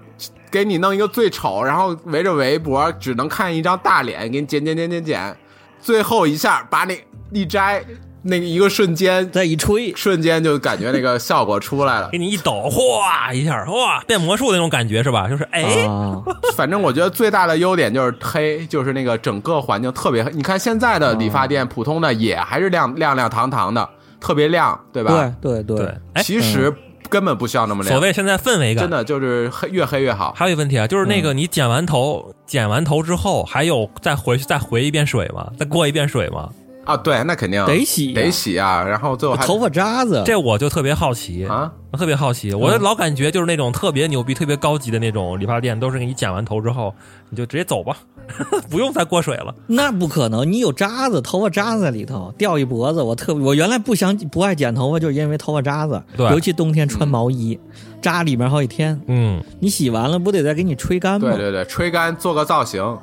S4: 给你弄一个最丑，然后围着围脖，只能看一张大脸，给你剪剪剪剪剪，最后一下把那一摘，那个一个瞬间，
S2: 再一吹，
S4: 瞬间就感觉那个效果出来了
S3: 给。你一抖，哗一下，哗变魔术的那种感觉是吧？就是 哎，
S2: 啊，
S4: 反正我觉得最大的优点就是黑，就是那个整个环境特别黑。你看现在的理
S3: 嗯
S4: 发店，普通的也还是亮亮亮堂堂的，特别亮，对吧？
S2: 对对对
S3: 对，哎，
S4: 其实根本不需要那么亮
S3: 所，谓现在氛围感
S4: 真，的就是黑越黑越好。
S3: 还有一个问题啊，就是那个你剪完头，剪完头之后还有再回去再回一遍水吗？再过一遍水吗？
S4: 啊，对，那肯定
S2: 得洗呀
S4: 得洗啊，然后最后还
S2: 头发渣子，
S3: 这我就特别好奇
S4: 啊，
S3: 我特别好奇，我老感觉就是那种特别牛逼、特别高级的那种理发店，都是给你剪完头之后你就直接走吧， 不用再过水了。
S2: 那不可能，你有渣子，头发渣子在里头，掉一脖子。我特我原来不想不爱剪头发，就是因为头发渣子，
S3: 对
S2: 尤其冬天穿毛衣，扎里面好几天，
S3: 嗯，
S2: 你洗完了不得再给你吹干吗？
S4: 对对对，吹干做个造型，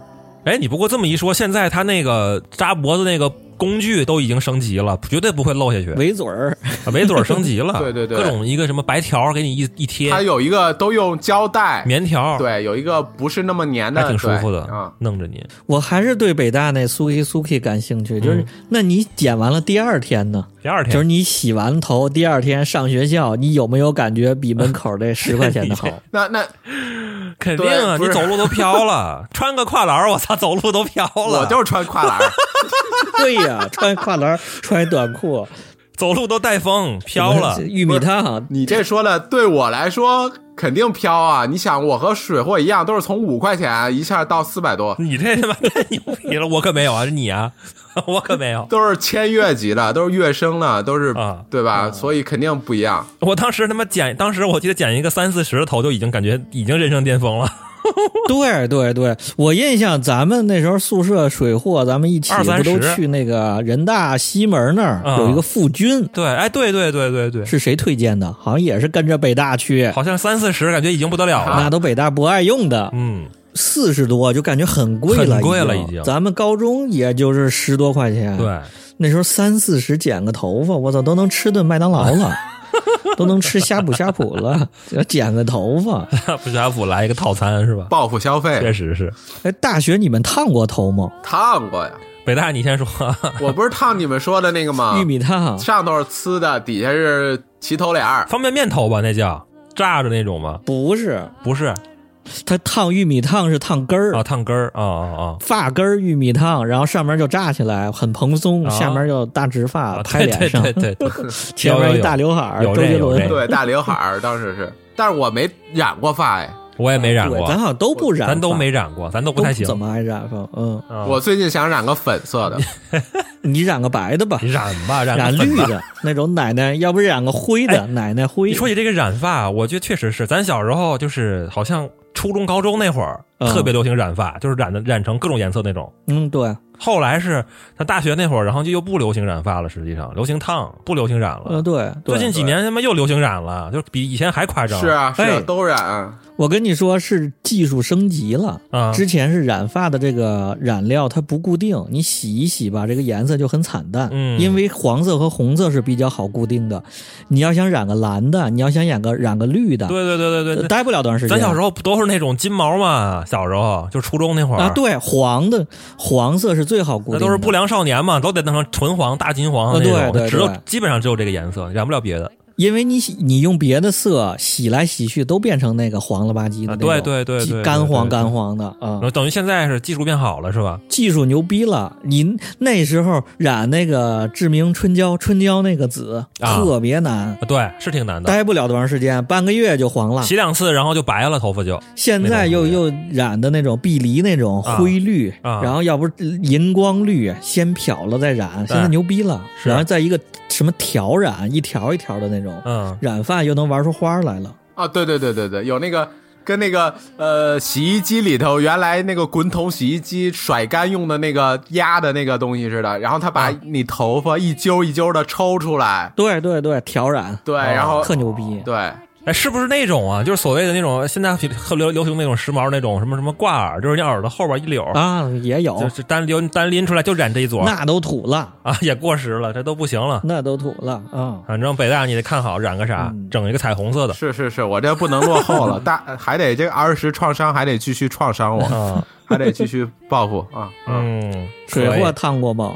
S3: 哎，你不过这么一说，现在他那个扎脖子那个工具都已经升级了，绝对不会漏下去，
S2: 围嘴儿，
S3: 啊围嘴儿升级了，
S4: 对对对
S3: 各种一个什么白条儿给你一一贴，
S4: 它有一个都用胶带，
S3: 棉条儿，
S4: 对，有一个不是那么粘的，
S3: 还挺舒服的，
S4: 对啊。
S3: 弄着你。
S2: 我还是对北大那 Suki Suki 感兴趣。就是、
S3: 嗯
S2: 那你剪完了第二天呢？
S3: 第二天
S2: 就是你洗完头第二天上学校，你有没有感觉比门口 这十块钱的好？
S4: 那那
S3: 肯定啊，
S4: 对不
S3: 你
S4: 是
S3: 走路都飘了， 穿个跨栏儿，我操，走路都飘了，啊
S4: 我就是穿跨栏儿，
S2: 对呀、穿跨栏儿， 穿短裤，
S3: 走路都带风，飘了。
S2: 玉米烫，
S4: 你这说的对我来说肯定飘啊！你想，我和水货一样，都是从五块钱一下到四百多，
S3: 你这他妈太牛逼了，我可没有啊，是 你啊，我可没有。
S4: 都是签月级的，都是月升的，都是
S3: 啊
S4: 对吧？所以肯定不一样。
S3: 我当时他妈剪，当时我记得剪一个三四十的头就已经感觉已经人生巅峰了，
S2: 对对对，我印象咱们那时候宿舍水货，咱们一起
S3: 二三
S2: 不都
S3: 十
S2: 去那个人大西门那儿、
S3: 啊
S2: 有一个富军，
S3: 对，哎，对对对对对，
S2: 是谁推荐的？好像也是跟着北大去，
S3: 好像三四十感觉已经不得了了，
S2: 那都北大不爱用的，
S3: 嗯，
S2: 四十多就感觉很贵了，
S3: 很贵了已经
S2: 咱们高中也就是十多块钱，，
S3: 对，
S2: 那时候三四十剪个头发，我操，都能吃顿麦当劳了。 都能吃呷哺呷哺了，要剪个头发。
S3: 不加普来一个套餐是吧？
S4: 报复消
S3: 确
S4: 费，
S3: 实是。
S2: 哎，大学你们烫过头吗？
S4: 烫过呀！
S3: 北大，你先说，
S4: 我不是烫你们说的那个吗
S3: 啊
S2: 玉？米烫，
S4: 上头是呲的，底下是齐头帘儿，
S3: 方便面头吧，那叫炸着那种吗？
S2: 不是，
S3: 不是
S2: 它烫玉米烫是烫根儿
S3: 啊，烫根儿啊啊
S2: 发根儿玉米烫，然后上面就炸起来，很蓬松，
S3: 啊
S2: 下面就大直发、
S3: 啊啊！
S2: 拍
S3: 对
S2: 脸
S3: 对
S2: 上，
S3: 对对 对，
S2: 前
S3: 有有
S2: 面一
S3: 有
S2: 大刘海儿，
S3: 有
S2: 周
S3: 这
S2: 杰
S3: 有
S2: 伦
S3: 这。
S4: 对，大刘海儿当时是，但是我没染过发哎。
S3: 我也没染
S2: 对
S3: 过，
S2: 咱好像都不染发，
S3: 咱都没染过，咱都不太行
S2: 都。怎么爱染发？嗯，
S3: 啊
S4: 我最近想染个粉色的，
S2: 你染个白的吧，
S3: 你染吧，染
S2: 染
S3: 个粉
S2: 绿
S3: 吧。哎
S2: 的那种奶奶，要不染个灰的奶奶灰。
S3: 你说起这个染发，我觉得确实是，咱小时候就是好像初中、高中那会儿、
S2: 嗯
S3: 特别流行染发，就是染的染成各种颜色那种。
S2: 嗯，对，
S3: 后来是他大学那会儿，然后就又不流行染发了，实际上流行烫，不流行染了。
S2: 呃，对，对
S3: 最近几年他妈又流行染了，就是比以前还夸张。
S4: 是啊是啊
S2: 哎，
S4: 都染。
S2: 我跟你说是技术升级了。
S3: 啊，
S2: 之前是染发的这个染料它不固定，你洗一洗吧，这个颜色就很惨淡。
S3: 嗯
S2: 因为黄色和红色是比较好固定的，你要想染个蓝的，你要想染个染个绿的，
S3: 对对对对
S2: 呃
S3: 对。
S2: 待不了多长时间。
S3: 咱小时候不都是那种金毛嘛？小时候就初中那会儿
S2: 啊，，对，黄的黄色是最好固
S3: 那
S2: 定的，
S3: 都是不良少年嘛，都得弄成纯黄、大金黄
S2: 呃
S3: 那
S2: 对
S3: 种，
S2: 对
S3: 只有
S2: 对嗯
S3: 基本上只有这个颜色，染不了别的。
S2: 因为你洗你用别的色洗来洗去都变成那个黄了吧唧的
S3: 啊
S2: 那种，
S3: 对对对
S2: 鸡
S3: 对
S2: 干黄
S3: 对对
S2: 干黄的啊
S3: 然，后等于现在是技术变好了是吧？
S2: 技术牛逼了。你那时候染那个致明春娇，春娇那个紫、
S3: 啊
S2: 特别难。
S3: 啊，对，是挺难的，
S2: 待不了多长时间，半个月就黄了。
S3: 洗两次然后就白了，头发就
S2: 现在又又染的那种碧梨那种
S3: 啊
S2: 灰绿，
S3: 啊
S2: 然后要不是荧光绿，先漂了再染，现在牛逼了。
S3: 是
S2: 然后再一个什么条染，一条一条的那种，
S3: 嗯，
S2: 染发又能玩出花来了。
S4: 啊，对对对对对，有那个跟那个呃洗衣机里头原来那个滚筒洗衣机甩干用的那个压的那个东西似的，然后他
S3: 啊
S4: 把你头发一揪一揪的抽出来，
S2: 对对对，挑染，
S3: 哦
S4: 对，然后
S2: 特牛逼，
S4: 对，
S3: 哎，是不是那种啊？就是所谓的那种现在特流流行那种时髦那种什么什么挂耳，就是你耳朵后边一绺，
S2: 啊，也
S3: 就
S2: 有，
S3: 是单拎单拎出来就染这一撮
S2: 那都土了，
S3: 啊， 也过时了，这都不行了。
S2: 那都土了啊。
S3: 反正北大你得看好，染个啥，
S2: 嗯
S3: 整一个彩 虹色的
S4: 是是是，我这不能落后了，大还得这个儿时创伤还得继续创伤我，
S3: 啊，
S4: 还得继续报复啊，
S3: 嗯，
S2: 水
S3: 可以
S2: 货烫过吗？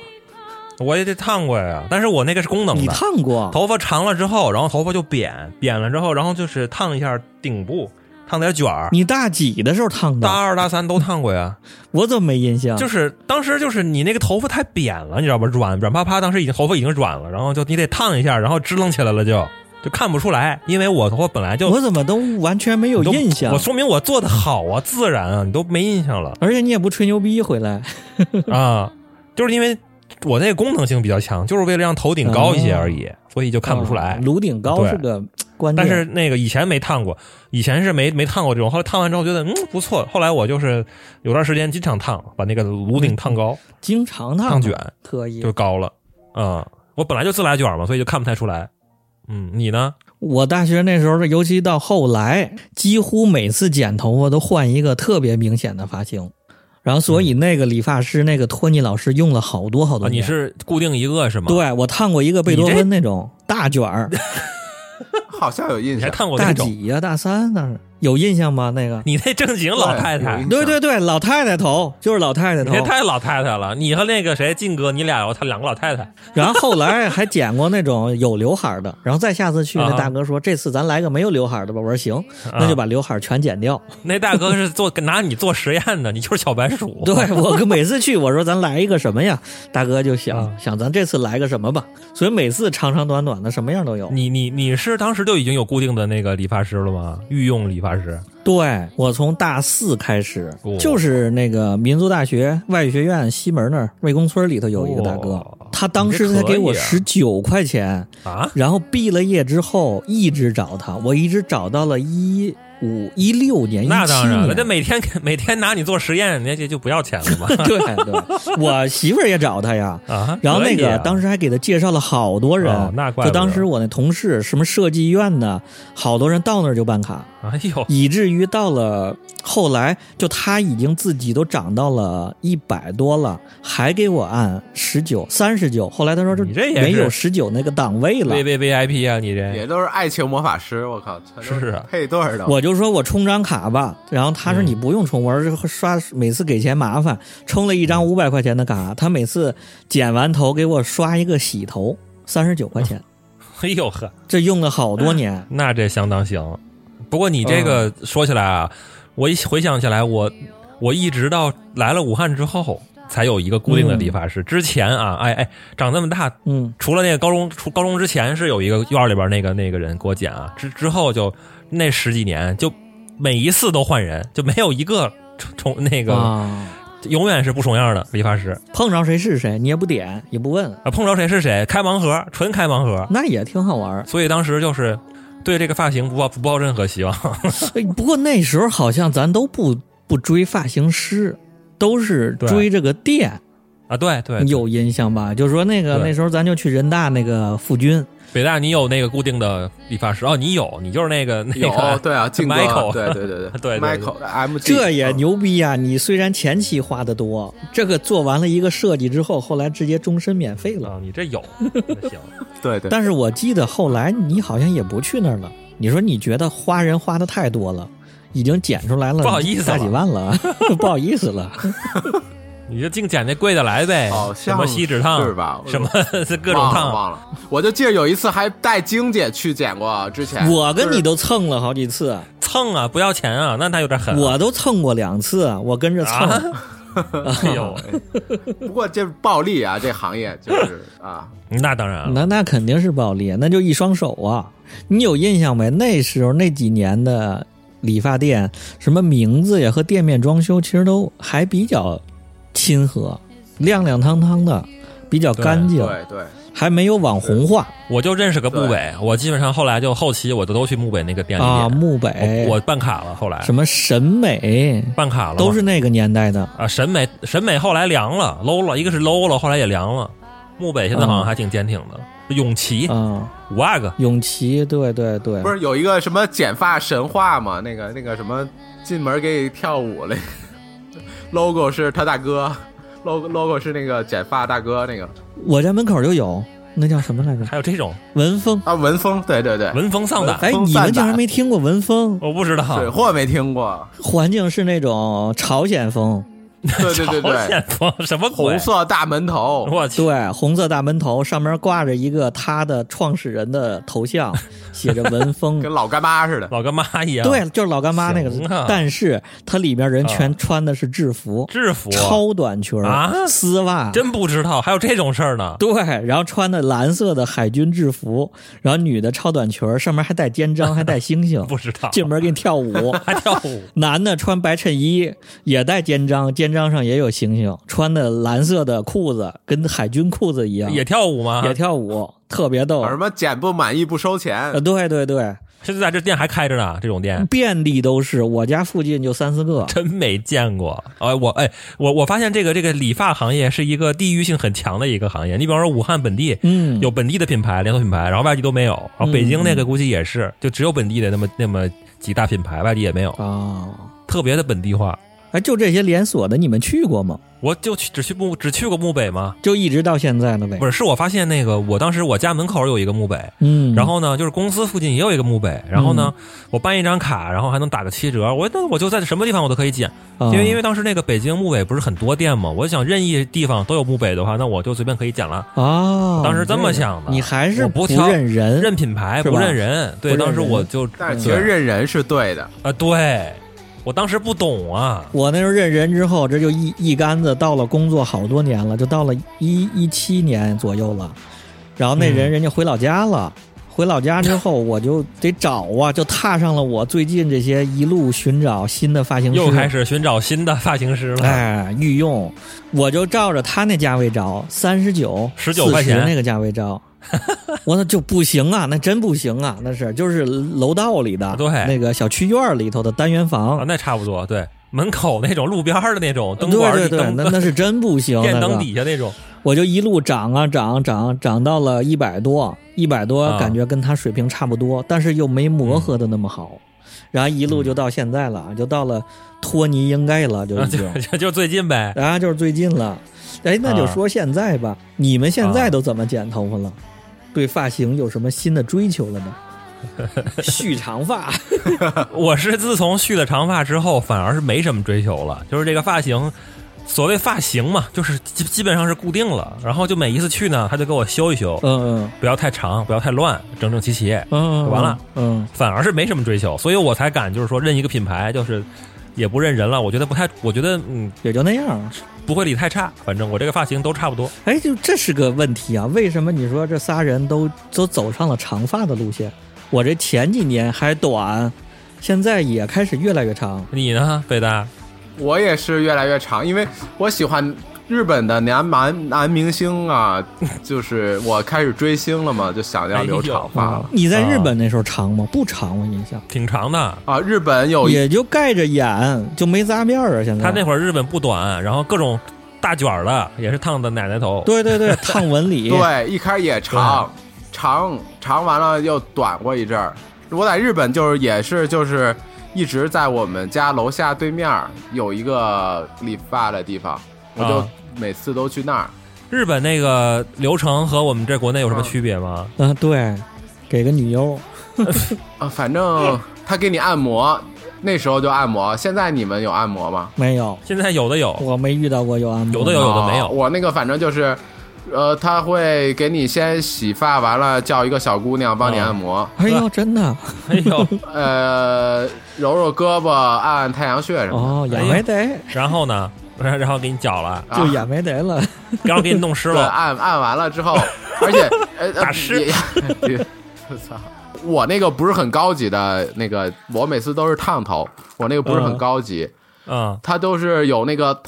S3: 我也得烫过呀，但是我那个是功能
S2: 你
S3: 的，
S2: 烫过？
S3: 头发长了之后，然后头发就扁，扁了之后，然后就是烫一下顶部，烫点卷儿。
S2: 你大几的时候烫
S3: 大
S2: 的？
S3: 二大三都烫过呀，
S2: 我怎么没印象？
S3: 就是当时就是你那个头发太扁了，你知道吧？软软趴趴，当时已经头发已经软了，然后就你得烫一下，然后支棱起来了就就看不出来，因为我头发本来就
S2: 我怎么都完全没有
S3: 你都
S2: 印象
S3: 我？说明我做的好啊，自然啊，你都没印象 了
S2: 而且你也不吹牛逼回来，
S3: 啊，就是因为我那个功能性比较强，就是为了让头顶高一些
S2: 哦
S3: 而已，所以就看不出来
S2: 啊。颅顶高
S3: 对
S2: 是个关键，
S3: 但是那个以前没烫过，以前是没没烫过这种。后来烫完之后觉得嗯不错，后来我就是有段时间经常烫，把那个颅顶烫高、
S2: 经常嗯烫
S3: 烫卷，
S2: 特意
S3: 就高了。嗯，我本来就自来卷嘛，所以就看不太出来。嗯，你呢？
S2: 我大学那时候，尤其到后来，几乎每次剪头发都换一个特别明显的发型，然后所以那个理发师那个托尼老师用了好多好
S3: 啊，
S2: 多
S3: 你
S2: 年。
S3: 是固定一个是吗？，
S2: 对我烫过一个贝多
S3: 你这
S2: 芬那种大卷 儿，
S4: 好像有印
S3: 你
S4: 象
S3: 还，烫过
S2: 大
S3: 那种？
S2: 几呀、大三那是有印象吗？那个
S3: 你那正经老太
S4: 对有
S3: 太
S4: 印，象
S2: 对对对，老太太头就是老太太
S3: 你那
S2: 头，
S3: 太老太太了。你和那个谁靖哥，你俩有他两个老太太。
S2: 然后后来还剪过那种有刘海儿的，然后再下次去，
S3: 啊
S2: 那大哥说这次咱来个没有刘海儿的吧，我说行，那就把刘海儿全剪掉。
S3: 那大哥是做拿你做实验的，你就是小白鼠。
S2: 对我跟每次去，我说咱来一个什么呀？大哥就想、
S3: 啊
S2: 想咱这次来个什么吧，所以每次长长短短的什么样都有。
S3: 你你你是当时就已经有固定的那个理发师了吗？御用理发师？
S2: 对我从大四开始，
S3: 哦
S2: 就是那个民族大学外语学院西门那儿魏公村里头有一个大哥，
S3: 哦
S2: 他当时才给我
S3: 你这可以啊
S2: 十九块钱，
S3: 啊，
S2: 然后毕了业之后一直找他，我一直找到了一五一六年，
S3: 那当然了，
S2: 17
S3: 这
S2: 年。
S3: 每天每天拿你做实验，那就就不要钱了嘛
S2: 对对， 我媳妇儿也找他呀，
S3: 啊，
S2: 然后那
S3: 可以
S2: 个
S3: 啊
S2: 当时还给他介绍了好多人，
S3: 哦那怪不
S2: 就
S3: 得
S2: 当时我那同事什么设计院的，好多人到那儿就办卡，
S3: 哎呦，
S2: 以至于到了后来，就他已经自己都涨到了一百多了，还给我按十九、三十九。后来他说就
S3: 你这也是
S2: 没有十九那个档位了
S3: ，V，V V I P 啊，你这
S4: 也都是爱情魔法师，我靠，全都
S3: 是啊
S4: 配对儿的，
S2: 我就说我充张卡吧，然后他说你不用充，我说这刷每次给钱麻烦，充了一张五百块钱的卡，他每次剪完头给我刷一个洗头，三十九块钱。
S3: 哎呦呵，
S2: 这用了好多年，
S3: 那这相当行。不过你这个说起来啊，我一回想起来，我我一直到来了武汉之后，才有一个固定的理发师。之前啊，哎哎，长这么大
S2: 嗯，
S3: 除了那个高中，除高中之前是有一个院儿里边那个那个人给我剪啊，之之后就那十几年就每一次都换人，就没有一个重重那个、
S2: 啊，
S3: 永远是不重样的理发师
S2: 碰着谁是谁，你也不点，也不问，
S3: 啊，碰着谁是谁，开盲盒，纯开盲盒，
S2: 那也挺好玩 儿。
S3: 所以当时就是对这个发型不抱不抱任何希望，
S2: 哎不过那时候好像咱都不不追发型师，都是
S3: 对
S2: 追这个店，
S3: 啊，对对，
S2: 你有印象吧？就是说那个
S3: 对
S2: 那时候咱就去人大那个附军，
S3: 北大你有那个固定的理发师哦，你有，你就是那 个那
S4: 有
S3: 个
S4: 对啊，靖哥
S3: Michael
S4: 对对对
S3: 对对对
S4: m i c h a e l M
S2: 这
S3: 啊
S2: 也牛逼呀、你虽然前期花的多，这个做完了一个设计之后，后来直接终身免费了。
S3: 啊，你这有，那行，
S4: 对对，
S2: 但是我记得后来你好像也不去那儿了，你说你觉得花人花的太多了。已经剪出来了，
S3: 不好意思
S2: 大几
S3: 了
S2: 万了， 不好意思 了。
S3: 你就净捡那贵的来呗，
S4: 好
S3: 什
S4: 像
S3: 么锡纸烫
S4: 是吧
S3: 什么 各种
S4: 忘了
S3: 烫，
S4: 忘了，我就记得有一次还带晶姐去剪过，之前
S2: 我跟
S4: 就是
S2: 你都蹭了好几次，
S3: 蹭啊，不要钱啊，那他有点狠。
S2: 我都蹭过两次，我跟着蹭。
S3: 啊 哎呦，
S4: 不过这暴利啊，这行业就是啊，
S3: 那当然了，
S2: 那那肯定是暴力，那就一双手啊！你有印象没？那时候那几年的理发店，什么名字呀和店面装修，其实都还比较亲和，亮亮堂堂的，比较干净，
S4: 对对，
S2: 还没有网红化
S3: 我就认识个木北，我基本上后来就后期我就都去木北那个店里
S2: 啊。
S3: 点
S2: 木北
S3: 我我办卡了，后来
S2: 什么审美
S3: 办卡了嘛，
S2: 都是那个年代的，
S3: 啊，审美审美后来凉了，low 了，一个是 low 了，后来也凉了。木北现在好
S2: 啊
S3: 像还挺坚挺的，永琪
S2: 嗯，
S3: 五阿哥
S2: 永琪，对对对，
S4: 不是有一个什么剪发神话吗？那个那个什么进门给你跳舞嘞 ，logo 是他大哥，logo logo 是那个剪发大哥那个
S2: 我家门口就有，那叫什么来着？
S3: 还有这种
S2: 文峰。
S4: 啊文峰，对对对，
S3: 闻风丧胆，
S2: 哎，
S4: 风
S2: 你
S4: 散
S2: 们竟
S4: 胆
S2: 然没听过文风？
S3: 我不知道。
S4: 水货没听过，
S2: 环境是那种朝鲜风，
S4: 对
S3: 朝
S4: 对对对，
S3: 鲜风什么鬼
S4: 红？色大 门头，
S3: 我去，
S2: 对，红色大门头，上面挂着一个他的创始人的头 像，写着文风
S4: 跟。老干妈似的。
S3: 老干妈一样，
S2: 对，，就是老干妈那个
S3: 行啊，
S2: 但是它里面人
S3: 啊
S2: 全穿的是制服，
S3: 制服
S2: 超短裙儿
S3: 啊
S2: 丝袜，
S3: 真不知道还有这种事儿呢。
S2: 对，然后穿的蓝色的海军制服，然后女的超短裙儿，上面还带肩 章，还带星星，
S3: 不知道
S2: 进门给你跳
S3: 。
S2: 舞
S3: 还跳 舞，
S2: 男的穿白衬衣，也带肩章，肩章上也有星星，穿的蓝色的裤子，跟海军裤子一样，
S3: 也跳舞啊吗？
S2: 也跳舞，特别逗
S4: 有。什么剪不满意不收
S2: 哦呃，
S4: 钱，
S2: 对对对，
S3: 现在这店还开着呢，这种店
S2: 遍地都是，我家附近就三四个。
S3: 真没见过。哎，我哎，我我发现这个这个理发行业是一个地域性很强的一个行业。你比方说武汉本地，
S2: 嗯，
S3: 有本地的品牌连锁品牌，然后外地都没有。然后北京那个估计也是，就只有本地的那么那么几大品牌，外地也没有，
S2: 啊，
S3: 特别的本地化。
S2: 哎，就这些连锁的，你们去过吗？
S3: 我就去只去木只去过木北吗？
S2: 就一直到现在了呗。
S3: 不
S2: 是，
S3: 是，是我发现那个我当时我家门口有一个木北，
S2: 嗯，
S3: 然后呢，就是公司附近也有一个墓碑，然后呢，我办一张卡，然后还能打个七折，我那我就在什么地方我都可以捡，
S2: 啊
S3: 因为因为当时那个北京墓碑不是很多店嘛，我想任意地方都有墓碑的话，那我就随便可以捡了。
S2: 啊，
S3: 当时这么想的，
S2: 你还是
S3: 我不挑
S2: 认人，
S3: 认品牌
S2: 是
S3: 不
S2: 吧
S3: 认人，对，
S2: 不认
S3: 当时
S2: 人
S3: 我就
S4: 但是其实
S3: 对
S4: 认人是对的。
S3: 啊，对我当时不懂啊，
S2: 我那时候认人之后，这就一一竿子到了工作好多年了，就到了一一七年左右了。然后那人、
S3: 嗯
S2: 人家回老家了，回老家之后我就得找啊，就踏上了我最近这些一路寻找新的发型师，
S3: 又开始寻找新的发型师了。
S2: 哎御用，我就照着他那价位找，三十九
S3: 19块钱
S2: 那个价位 找。我说就不行啊，那真不行啊，那是就是楼道里的，
S3: 对
S2: 那个小区院里头的单元房，
S3: 啊，那差不多，对，门口那种路边儿的那种灯管儿
S2: 对对
S3: 底
S2: 对，
S3: 灯
S2: 那那是真不行， 啊
S3: 电
S2: 那
S3: 灯
S2: 个
S3: 底下那种，
S2: 我就一路涨啊涨涨涨到了一百多，一百多
S3: 啊
S2: 感觉跟他水平差不多，但是又没磨合的那么好，然后一路就到现在了，就到了托尼应该了，就
S3: 啊
S2: 已
S3: 就
S2: 经，
S3: 就就最近 呗。
S2: 然后啊就是最近了，哎，那就说现在吧，你们现在都怎么剪头发了？对发型有什么新的追求了呢？蓄长发，
S3: 我是自从蓄了长发之后，反而是没什么追求了，就是这个发型，所谓发型嘛，就是基基本上是固定了。然后就每一次去呢，他就给我修一修，
S2: 嗯
S3: 不要太长，不要太乱，整整齐齐，
S2: 嗯 嗯，
S3: 完了，
S2: 嗯
S3: 反而是没什么追求，所以我才敢就是说认一个品牌，就是也不认人了。我觉得不太，我觉得嗯
S2: 也就那样。
S3: 不会理太差，反正我这个发型都差不多。
S2: 哎，就这是个问题啊！为什么你说这仨人都都走上了长发的路线？我这前几年还短，现在也开始越来越长。
S3: 你呢，北大？
S4: 我也是越来越长，因为我喜欢日本的男男男明星啊，就是我开始追星了嘛，就想要留长发 了。
S2: 你在日本那时候长吗？不长，我印象
S3: 挺长的。
S4: 啊，日本有一
S2: 也就盖着眼，就没扎辫儿啊。现在
S3: 他那会儿日本不短，然后各种大卷儿的，也是烫的奶奶头。
S2: 对对对，烫纹理，
S4: 对一开始也长，长长完了又短过一阵儿。我在日本就是也是就是一直在我们家楼下对面儿有一个理发的地方，我就
S3: 啊
S4: 每次都去那儿。
S3: 日本那个流程和我们这国内有什么区别吗？
S2: 嗯对，给个女优，
S4: 啊，反正他给你按摩，那时候就按摩。现在你们有按摩吗？
S2: 没有，
S3: 现在有 的有，
S2: 我没遇到过有按摩
S3: 有的有有的没有
S4: 啊我那个反正就是，呃，他会给你先洗发，完了叫一个小姑娘帮你按
S3: 哦
S4: 摩，
S2: 哎呦，真 的
S3: 哎呦，
S4: 呃，揉揉胳膊，按按太阳穴什么
S2: 哦，也
S3: 哎呀
S2: 没得，
S3: 然后呢， 然然后给你 搅了，
S4: 的。
S2: 就
S4: 啊
S2: 也没得了。
S3: 然后给你弄湿
S4: 对，
S2: 啊
S3: 了，
S4: 按按完了之 后，而且呃，呃
S3: 打湿
S4: 也也 我操！我那个不是很高级的那个，我每次都是烫头，我那个不是很
S2: 嗯
S4: 高级，
S3: 嗯，
S4: 它都是有那个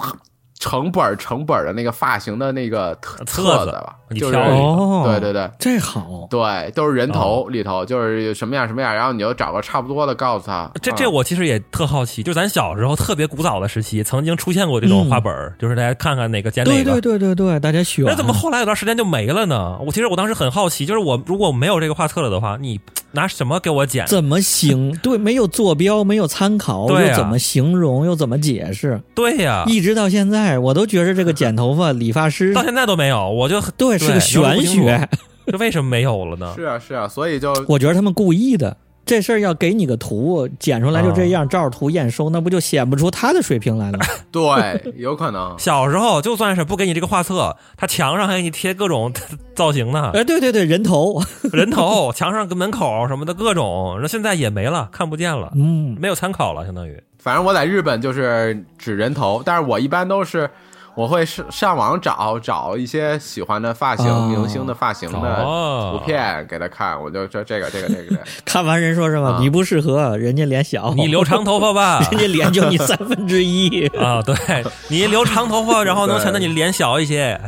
S4: 成本儿成本儿的那个发型的那个特
S3: 册
S4: 册
S3: 子
S4: 吧，
S3: 你
S4: 就是
S3: 挑一个
S2: 哦，
S4: 对对对
S2: 这 好，
S4: 对，都是人头里头，就是什么样什么样，然后你就找个差不多的告诉他。
S3: 这
S2: 嗯
S4: 啊
S3: 这我其实也特好奇，就是咱小时候特别古早的时期，曾经出现过这种画本儿，就是大家看看哪个剪哪
S2: 嗯对对。
S3: 个
S2: 对对对，大家选。
S3: 那怎么后来有段时间就没了呢？我其实我当时很好奇，就是我如果没有这个画册了的话，你拿什么给我剪？
S2: 怎么形？对，没有坐标，没有参考，
S3: 对啊啊
S2: 又怎么形容？又怎么解释？
S3: 对呀，
S2: 一直到现在，我都觉着
S3: 啊
S2: 这个剪头发理发师
S3: 到现在都没有，我就很
S2: 对是个玄，
S3: 有点
S2: 学，
S3: 不清楚这为什么没有了呢？
S4: 是啊是啊，所 以就
S2: 我觉得他们故意的。这事儿要给你个图，剪出来就
S3: 啊
S2: 这样，照着图验收，那不就显不出他的水平来 了？
S4: 对，有可能
S3: 小时候就算是不给你这个画册，他墙上还给你贴各种 造型呢，
S2: 哎，对对对，人 头，
S3: 人头、墙上跟门口什么的各种，那现在也没了，看不见了，
S2: 嗯，
S3: 没有参考了，相当于。
S4: 反正我在日本就是指人头，但是我一般都是我会上上网找找一些喜欢的发型、
S2: 哦
S4: 明星的发型的
S3: 哦，
S4: 图片给他看，我就说这个这个这个这个，
S2: 看完人说什么、
S4: 啊
S2: 你不适合，人家脸小，
S3: 你留长头发吧。
S2: 人家脸就你三分之一，
S3: 啊，对你留长头发，然后能显得你脸小一些。，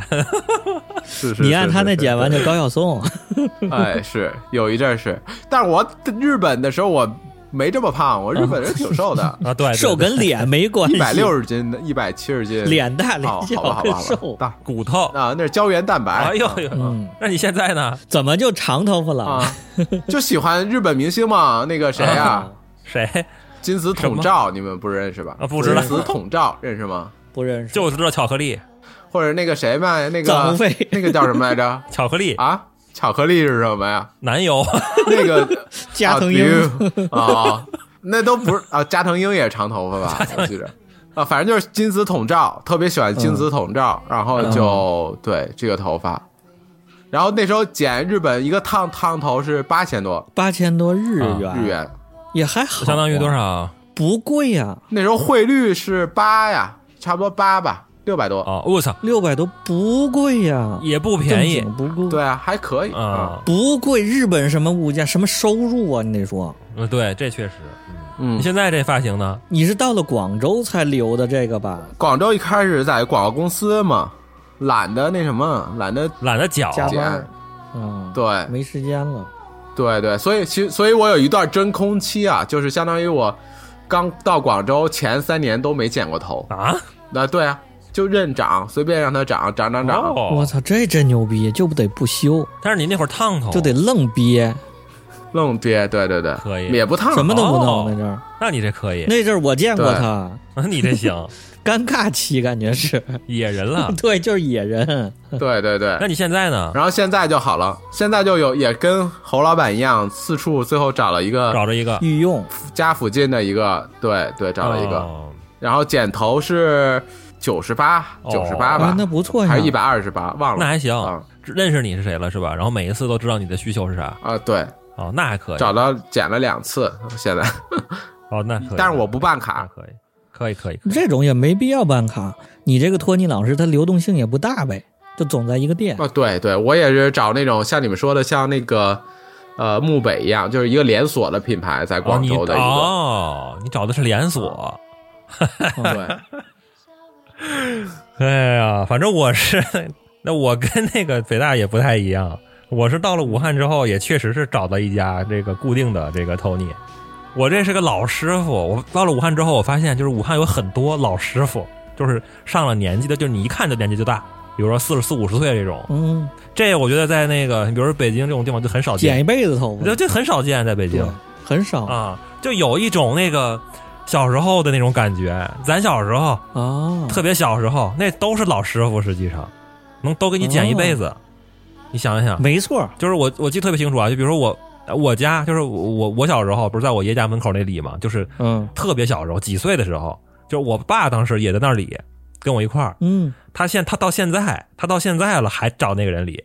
S4: 是是 是
S2: 你按他那
S4: 是是
S2: 剪完就高晓松，
S4: 哎，是有一阵儿是，但是我日本的时候我没这么胖，我日本人挺瘦的
S3: 啊，对，对
S2: 瘦跟脸没关系，
S4: 一百六十斤的，一百七十斤，
S2: 哎脸大脸
S4: 哦，好
S2: 小
S4: 吧好
S2: 跟
S4: 吧好
S2: 瘦
S4: 吧，，大
S3: 骨头。
S4: 啊，那是胶原蛋白，
S3: 哎呦呦，
S2: 嗯
S3: 那你现在呢？
S2: 怎么就长头发了？
S4: 啊，就喜欢日本明星嘛，那个谁啊，
S3: 谁
S4: 金子统照，你们不认识吧？
S3: 啊不知道
S4: 金子统照认识吗？
S2: 不认识，
S3: 就知道巧克力，
S4: 或者那个谁嘛，那
S2: 张鸿
S4: 个
S2: 飞
S4: 那个叫什么来着？
S3: 巧克力
S4: 啊，巧克力是什么呀？
S3: 男友
S4: 那个
S2: 加藤鹰，
S4: 啊，啊那都不是啊，加藤鹰也是长头发 吧？我记着。啊，反正就是金子统照，特别喜欢金子统照，
S2: 嗯
S4: 然后就、对这个头发，然后那时候剪日本一个烫烫头是八千多
S2: 八千多日元，
S4: 啊日元，
S2: 也还好，
S3: 相当于多？少？
S2: 不贵呀、
S4: 那时候汇率是八呀，差不多八吧，六百多。
S3: 哦，我操，
S2: 六百多不贵呀、
S3: 也不便宜
S2: 正经不贵，
S4: 对啊，还可以嗯
S3: 啊。
S2: 不贵。日本什么物价，什么收入啊？你得说，
S3: 嗯，对，这确实。
S4: 嗯
S3: 你，现在这发型呢？
S2: 你是到了广州才留的这个吧？
S4: 广州一开始在广告公司嘛，懒得那什么，懒得
S3: 懒得绞，
S2: 加班
S4: 剪
S2: 儿，嗯，，
S4: 对
S2: 没时间了。
S4: 对对，所以其实所以我有一段真空期啊，就是相当于我刚到广州前三年都没剪过头。
S3: 啊！
S4: 那对啊，就任长，随便让它长，长长长。
S2: 我
S3: 哦，
S2: 操，这真牛逼，就不得不修，
S3: 但是你那会儿烫头
S2: 就得愣憋，
S4: 愣憋，对对对，
S3: 可以
S4: 也不烫，
S2: 什么都不
S3: 哦
S2: 弄那阵儿。
S3: 那你这可以，
S2: 那阵儿我见过
S4: 对
S2: 他，
S3: 你这行
S2: 尴尬期感觉是，。
S3: 野人了
S2: 对，就是野人。
S4: 对对对。
S3: 那你现在呢？
S4: 然后现在就好了，现在就有也跟侯老板一样，四处最后找了一个
S3: 找着一个，
S2: 御用
S4: 家附近的一个，对对，找了一个，
S3: 哦
S4: 然后剪头是九十八，
S3: 哦
S4: 九十八
S2: 啊
S4: 吧，，
S2: 那不错呀，
S4: 还是一百二十八，忘了。
S3: 那还行
S4: 啊，
S3: 认识你是谁了是吧？然后每一次都知道你的需求是啥，
S4: 啊，对，
S3: 哦，那还可以，
S4: 找到剪了两次，现在，
S3: 哦，那可以，
S4: 但是我不办
S3: 那
S4: 卡，
S3: 可以，可以，可以，可以
S2: 这种也没必要办卡。你这个托尼老师他流动性也不大呗，就总在一个店。
S4: 啊，对对，我也是找那种像你们说的，像那个呃木北一样，就是一个连锁的品牌，在
S3: 哦
S4: 广
S3: 你
S4: 州的一个，
S3: 哦，你找的是连锁，
S4: 对，
S3: 哎呀，反正我是， 那我跟那个北大也不太一样，我是到了武汉之后，也确实是找到一家这个固定的这个 Tony。我这是个老师傅，我到了武汉之后，我发现就是武汉有很多老师傅，就是上了年纪的，就是你一看就年纪就大，比如说四十四五十岁这种，
S2: 嗯，
S3: 这我觉得在那个，比如说北京这种地方就很少
S2: 剪
S3: 见，
S2: 一辈子头
S3: 这
S2: 发，
S3: 这很少见在北
S2: 对
S3: 京，
S2: 很少
S3: 啊，就有一种那个小时候的那种感觉。咱小时候，
S2: 啊
S3: 特别小时候，那都是老师傅，实际上能都给你剪一辈子。你想一想，
S2: 没错儿，
S3: 就是我我记得特别清楚啊，就比如说我我家，就是我我我小时候不是在我爷家门口那里嘛，就是
S2: 嗯
S3: 特别小时候，几岁的时候，就是我爸当时也在那里跟我一块儿，
S2: 嗯，
S3: 他现他到现在他到现在了还找那个人理。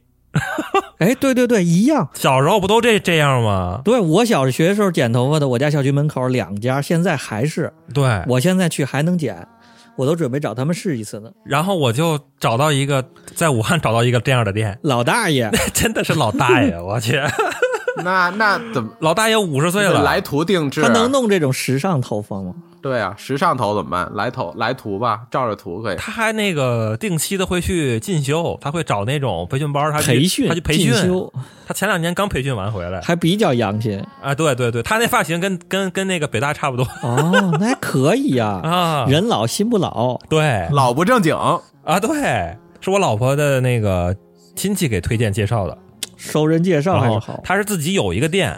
S2: 哎，对对对，一样。
S3: 小时候不都这这样吗？
S2: 对我小学的时候剪头发的，我家校区门口两家，现在还是，
S3: 对，
S2: 我现在去还能剪，我都准备找他们试一次呢。
S3: 然后我就找到一个在武汉找到一个这样的店，
S2: 老大爷，
S3: 真的是老大爷，我去，
S4: 那那 怎么
S3: 老大爷五十岁了，
S4: 来图定制啊
S3: 啊
S2: 他？能弄这种时尚头发吗？
S4: 对啊，时尚头怎么办？来头来图吧，照着图可以。
S3: 他还那个定期的会去进修，他会找那种培训班儿，他去
S2: 培训，
S3: 他去培训
S2: 进。修
S3: 他前两年刚培训完回来，
S2: 还比较洋气
S3: 啊，对对对，他那发型跟跟跟那个北大差 不多
S2: 哦，那还可以呀、
S3: 啊，
S2: 人老心不老，
S3: 对
S4: 老不正经，
S3: 啊，对，是我老婆的那个亲戚给推荐介绍的，
S2: 熟人介绍
S3: 然
S2: 还是
S3: 后
S2: 好。
S3: 他是自己有一个店。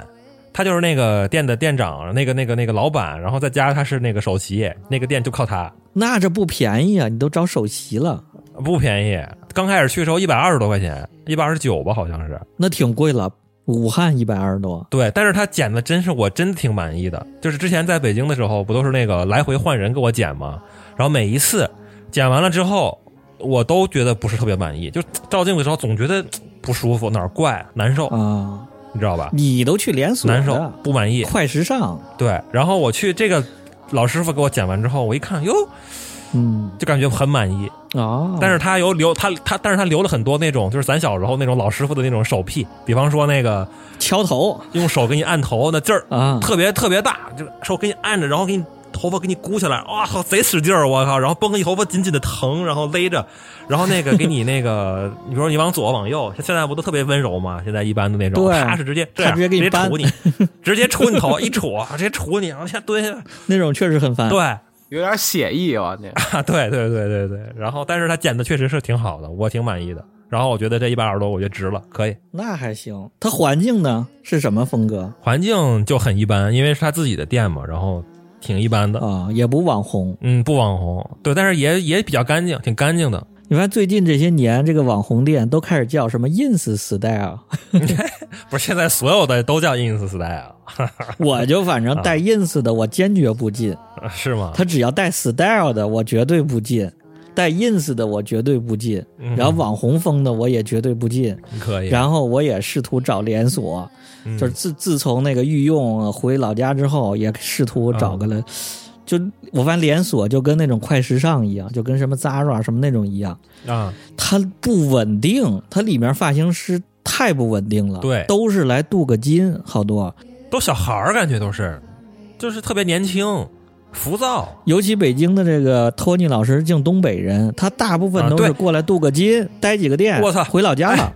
S3: 他就是那个店的店长，那个那个那个老板，然后再加上他是那个首席，那个店就靠他，
S2: 那这不便宜啊！你都找首席了，
S3: 不便宜。刚开始去的时候一百二十多块钱，一百二十九吧，好像是。
S2: 那挺贵了。武汉一百二十多，
S3: 对，但是他剪的真是我真的挺满意的。就是之前在北京的时候，不都是那个来回换人给我剪吗？然后每一次剪完了之后，我都觉得不是特别满意，就照镜子的时候总觉得嘖不舒服，哪儿怪难受，
S2: 啊！
S3: 你知道吧？
S2: 你都去连锁的
S3: 难受，不满意。
S2: 快时尚，
S3: 对，然后我去这个老师傅给我剪完之后，我一看，哟，
S2: 嗯
S3: 就感觉很满意。
S2: 啊，
S3: 但是他有留他他，但是他留了很多那种，就是咱小时候那种老师傅的那种手癖，比方说那个
S2: 敲头
S3: 用手给你按头那劲儿，
S2: 啊，
S3: 特别特别大，就是手给你按着，然后给你头发给你箍起来，哇靠，贼使劲儿，我靠，然后绷个你头发紧紧的疼，然后勒着，然后那个给你那个， 你比如说你往左往右，像现在不都特别温柔吗？现在一般的那种，
S2: 对
S3: 他是直接这样
S2: 他直接给你扳
S3: 杵你，直接杵你头，一杵啊直接杵你，然后先蹲下，
S2: 那种确实很烦。
S3: 对啊，
S4: 有点写意啊！你
S3: 对对对对对，然后但是他剪的确实是挺好的，我挺满意的。然后我觉得这一百二十多，我觉得值了，可以。
S2: 那还行。它环境呢是什么风格
S3: 环境就很一般，因为是他自己的店嘛，然后挺一般的。
S2: 啊？也不网红。
S3: 嗯，不网红，对，但是也也比较干净，挺干净的。
S2: 你看最近这些年，这个网红店都开始叫什么 ins style，
S3: 不是现在所有的都叫 ins style
S2: 我就反正带 ins 的我坚决不进，
S3: 啊是吗？
S2: 他只要带 style 的我绝对不进，带 ins 的我绝对不进，
S3: 嗯
S2: 然后网红风的我也绝对不进，
S3: 可以，
S2: 然后我也试图找连锁，
S3: 嗯
S2: 就是自自从那个御用回老家之后，也试图
S3: 啊
S2: 找个了，就我发现连锁就跟那种快时尚一样，就跟什么 Zara 什么那种一样，
S3: 啊，
S2: 它不稳定，它里面发型师太不稳定了，
S3: 对
S2: 都是来镀个金，好多，
S3: 都小孩儿感觉都是，就是特别年轻，浮躁。
S2: 尤其北京的这个托尼老师，净东北人，他大部分
S3: 啊
S2: 都
S3: 对
S2: 是过来镀个金，待几个店，
S3: 我操
S2: 回老家了、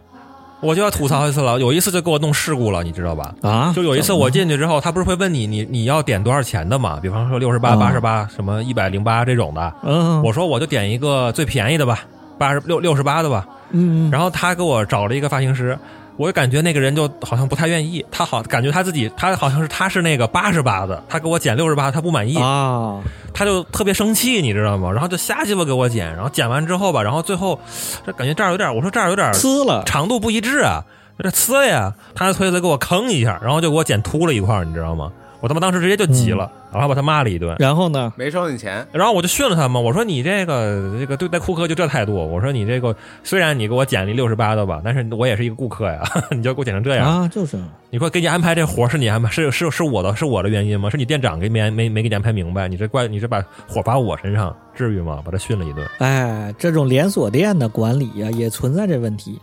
S3: 我就要吐槽一次了，有一次就给我弄事故了，你知道吧？
S2: 啊！
S3: 哎就有一次我进去之后，他不是会问你你你要点多少钱的嘛？比方说六十八、八十八、什么一百零八这种的，
S2: 嗯，
S3: 我说我就点一个最便宜的吧，八十六六十八的吧。
S2: 嗯，
S3: 然后他给我找了一个发型师，我就感觉那个人就好像不太愿意，他好感觉他自己，他好像是他是那个八十八的，他给我剪六十八，他不满意，
S2: 啊，
S3: 他就特别生气，你知道吗？然后就瞎鸡巴给我剪，然后剪完之后吧，然后最后这感觉这儿有点，我说这儿有点
S2: 呲了
S3: 长度不一致啊，这呲呀，他推子给我坑一下，然后就给我剪秃了一块儿，你知道吗？我他妈当时直接就急
S2: 嗯
S3: 了，然后把他骂了一顿。
S2: 然后呢？
S4: 没收 你钱，
S3: 然后我就训了他嘛，我说你这个这个对待顾客就这态度，我说你这个虽然你给我减了六十八的吧，但是我也是一个顾哎客呀， 你就给我减成这样，
S2: 啊，就是
S3: 你说给你安排这活儿是你安排是是是我的是我的原因吗？是你店长给没没没给你安排明白，你这怪你这把火发我身上，至于吗？把他训了一顿，
S2: 哎，这种连锁店的管理呀、啊也存在这问题，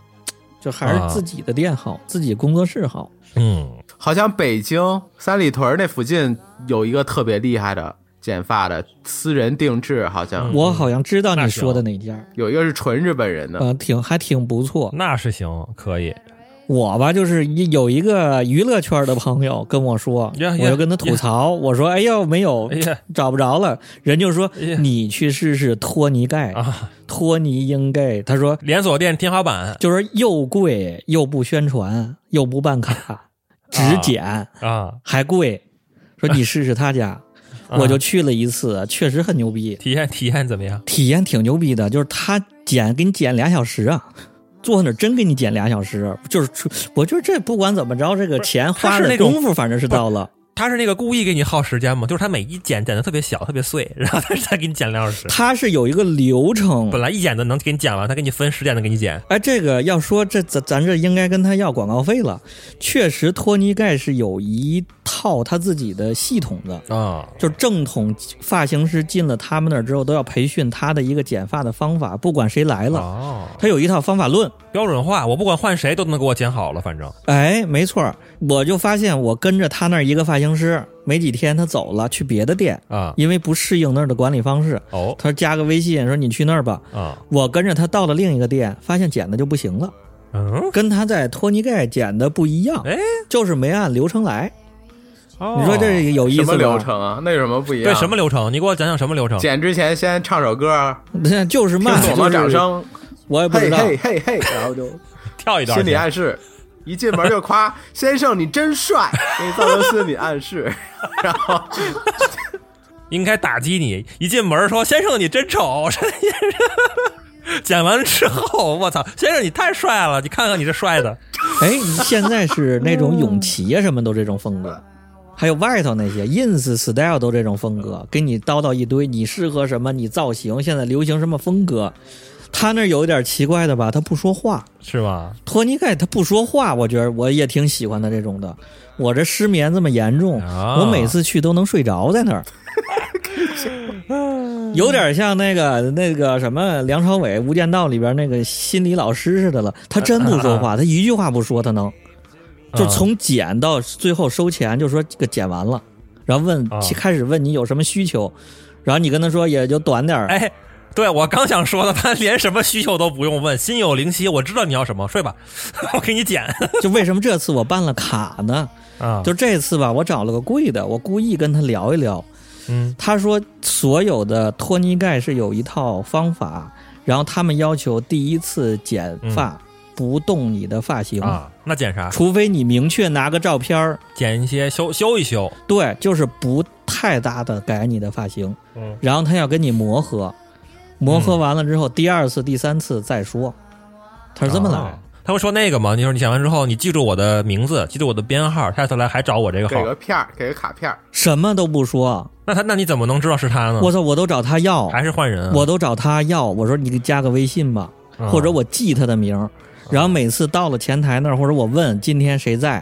S2: 就还
S3: 啊
S2: 是自己的店好，自己工作室好。
S3: 嗯，
S4: 好像北京三里屯那附近有一个特别厉害的剪发的私人定制，好像、
S3: 嗯
S2: 我好像知道
S3: 那
S2: 你
S3: 行
S2: 说的哪家，
S4: 有一个是纯日本人的，
S3: 嗯
S2: 呃，挺还挺不错。
S3: 那是行，可以，
S2: 我吧，就是一有一个娱乐圈的朋友跟我说
S3: Yeah,
S2: 我
S3: yeah,
S2: 就跟他吐槽我说：“哎呦，没有
S3: 哎，呀
S2: 找不着了。”人就说
S3: Yeah.：“
S2: 你去试试托尼盖，
S3: 啊，
S2: 托尼英盖。”他说
S3: 连锁店天花板：“
S2: 就是又贵又不宣传，又不办 卡，只剪、
S3: 啊，
S2: 还贵。”说你试试他家，
S3: 啊
S2: 我就去了一次，确实很牛逼，
S3: 体验体验怎么样？
S2: 体验挺牛逼的。就是他剪给你剪俩小时啊，坐那儿真给你剪俩小时，就是出我觉得这不管怎么着，这个钱
S3: 他
S2: 花
S3: 是
S2: 的
S3: 那种
S2: 功夫反正是到了。
S3: 他是那个故意给你耗时间嘛，就是他每一剪剪的特别小，特别碎，然后他再给你剪两小时。
S2: 它是有一个流程。
S3: 本来一剪的能给你剪完，他给你分十剪的给你剪。
S2: 哎，这个要说这咱咱这应该跟他要广告费了。确实，托尼盖是有一套他自己的系统的，
S3: 啊，
S2: 就正统发型师进了他们那儿之后，都要培训他的一个剪发的方法，不管谁来了，
S3: 哦，
S2: 他有一套方法论。
S3: 标准化，我不管换谁都能给我剪好了，反正
S2: 哎，没错儿，我就发现我跟着他那儿一个发型师，没几天他走了，去别的店，
S3: 啊，
S2: 因为不适应那儿的管理方式。
S3: 哦，
S2: 他加个微信说你去那儿吧，
S3: 啊，
S2: 我跟着他到了另一个店，发现剪的就不行了，
S3: 嗯，
S2: 跟他在托尼盖剪的不一样，
S3: 哎，
S2: 就是没按流程来。
S3: 哦
S2: 你说这有意
S4: 什
S2: 思吧？
S4: 么流程啊？那有什么不一样？
S3: 对什么流程？你给我讲讲什么流程？
S4: 剪之前先唱首歌，
S2: 程？ 就是
S4: 听
S2: 慢，
S4: 懂
S2: 就
S4: 了
S2: 是
S4: 掌，声，
S2: 我也不知
S4: 嘿
S2: 道。
S4: 嘿嘿嘿，然后就
S3: 跳一段
S4: 心理
S3: 去，
S4: 暗示，一进门就 夸先生你真帅，给造成心理暗示，然后
S3: 应该打击你。一进门说：“先生，你真丑。” 剪完之后，我操，先生你太帅了，你看看你这帅的。
S2: 哎，你现在是那种永琪啊什么都这种风格，还有外头那些 ins style 都这种风格，给你叨叨一堆，你适合什么，你造型现在流行什么风格。他那儿有一点奇怪的吧，他不说话。
S3: 是吗？
S2: 托尼盖他不说话，我觉得我也挺喜欢他这种的。我这失眠这么严重，
S3: 啊
S2: 我每次去都能睡着在那儿，有点像那个那个什么梁朝伟《无间道》里边那个心理老师似的了。他真不说话，他一句话不说，他能就从剪到最后收钱，就说这个剪完了，然后问
S3: 啊
S2: 开始问你有什么需求，然后你跟他说也就短点儿，
S3: 哎，对我刚想说的，他连什么需求都不用问，心有灵犀，我知道你要什么，睡吧， 我给你剪
S2: 就为什么这次我办了卡呢？
S3: 啊
S2: 就这次吧，我找了个贵的，我故意跟他聊一聊。
S3: 嗯
S2: 他说所有的托尼盖是有一套方法，然后他们要求第一次剪发、不动你的发型，
S3: 嗯啊，那剪啥？
S2: 除非你明确拿个照片儿，
S3: 剪一些修修一修，
S2: 对，就是不太大的改你的发型，
S3: 嗯
S2: 然后他要跟你磨合，磨合完了之后，第二次、第三次再说。他是这么来，
S3: 啊他会说那个吗？你说你剪完之后，你记住我的名字，记住我的编号，下次来还找我这个
S4: 给
S3: 号
S4: 个。片儿，给个卡片儿，
S2: 什么都不说。
S3: 那他那你怎么能知道是他呢？
S2: 我操，我都找他要，
S3: 嗯还是换人啊？
S2: 我都找他要，我说你给加个微信吧，
S3: 啊
S2: 或者我记他的名儿，
S3: 嗯
S2: 然后每次到了前台那儿，或者我问今天谁在，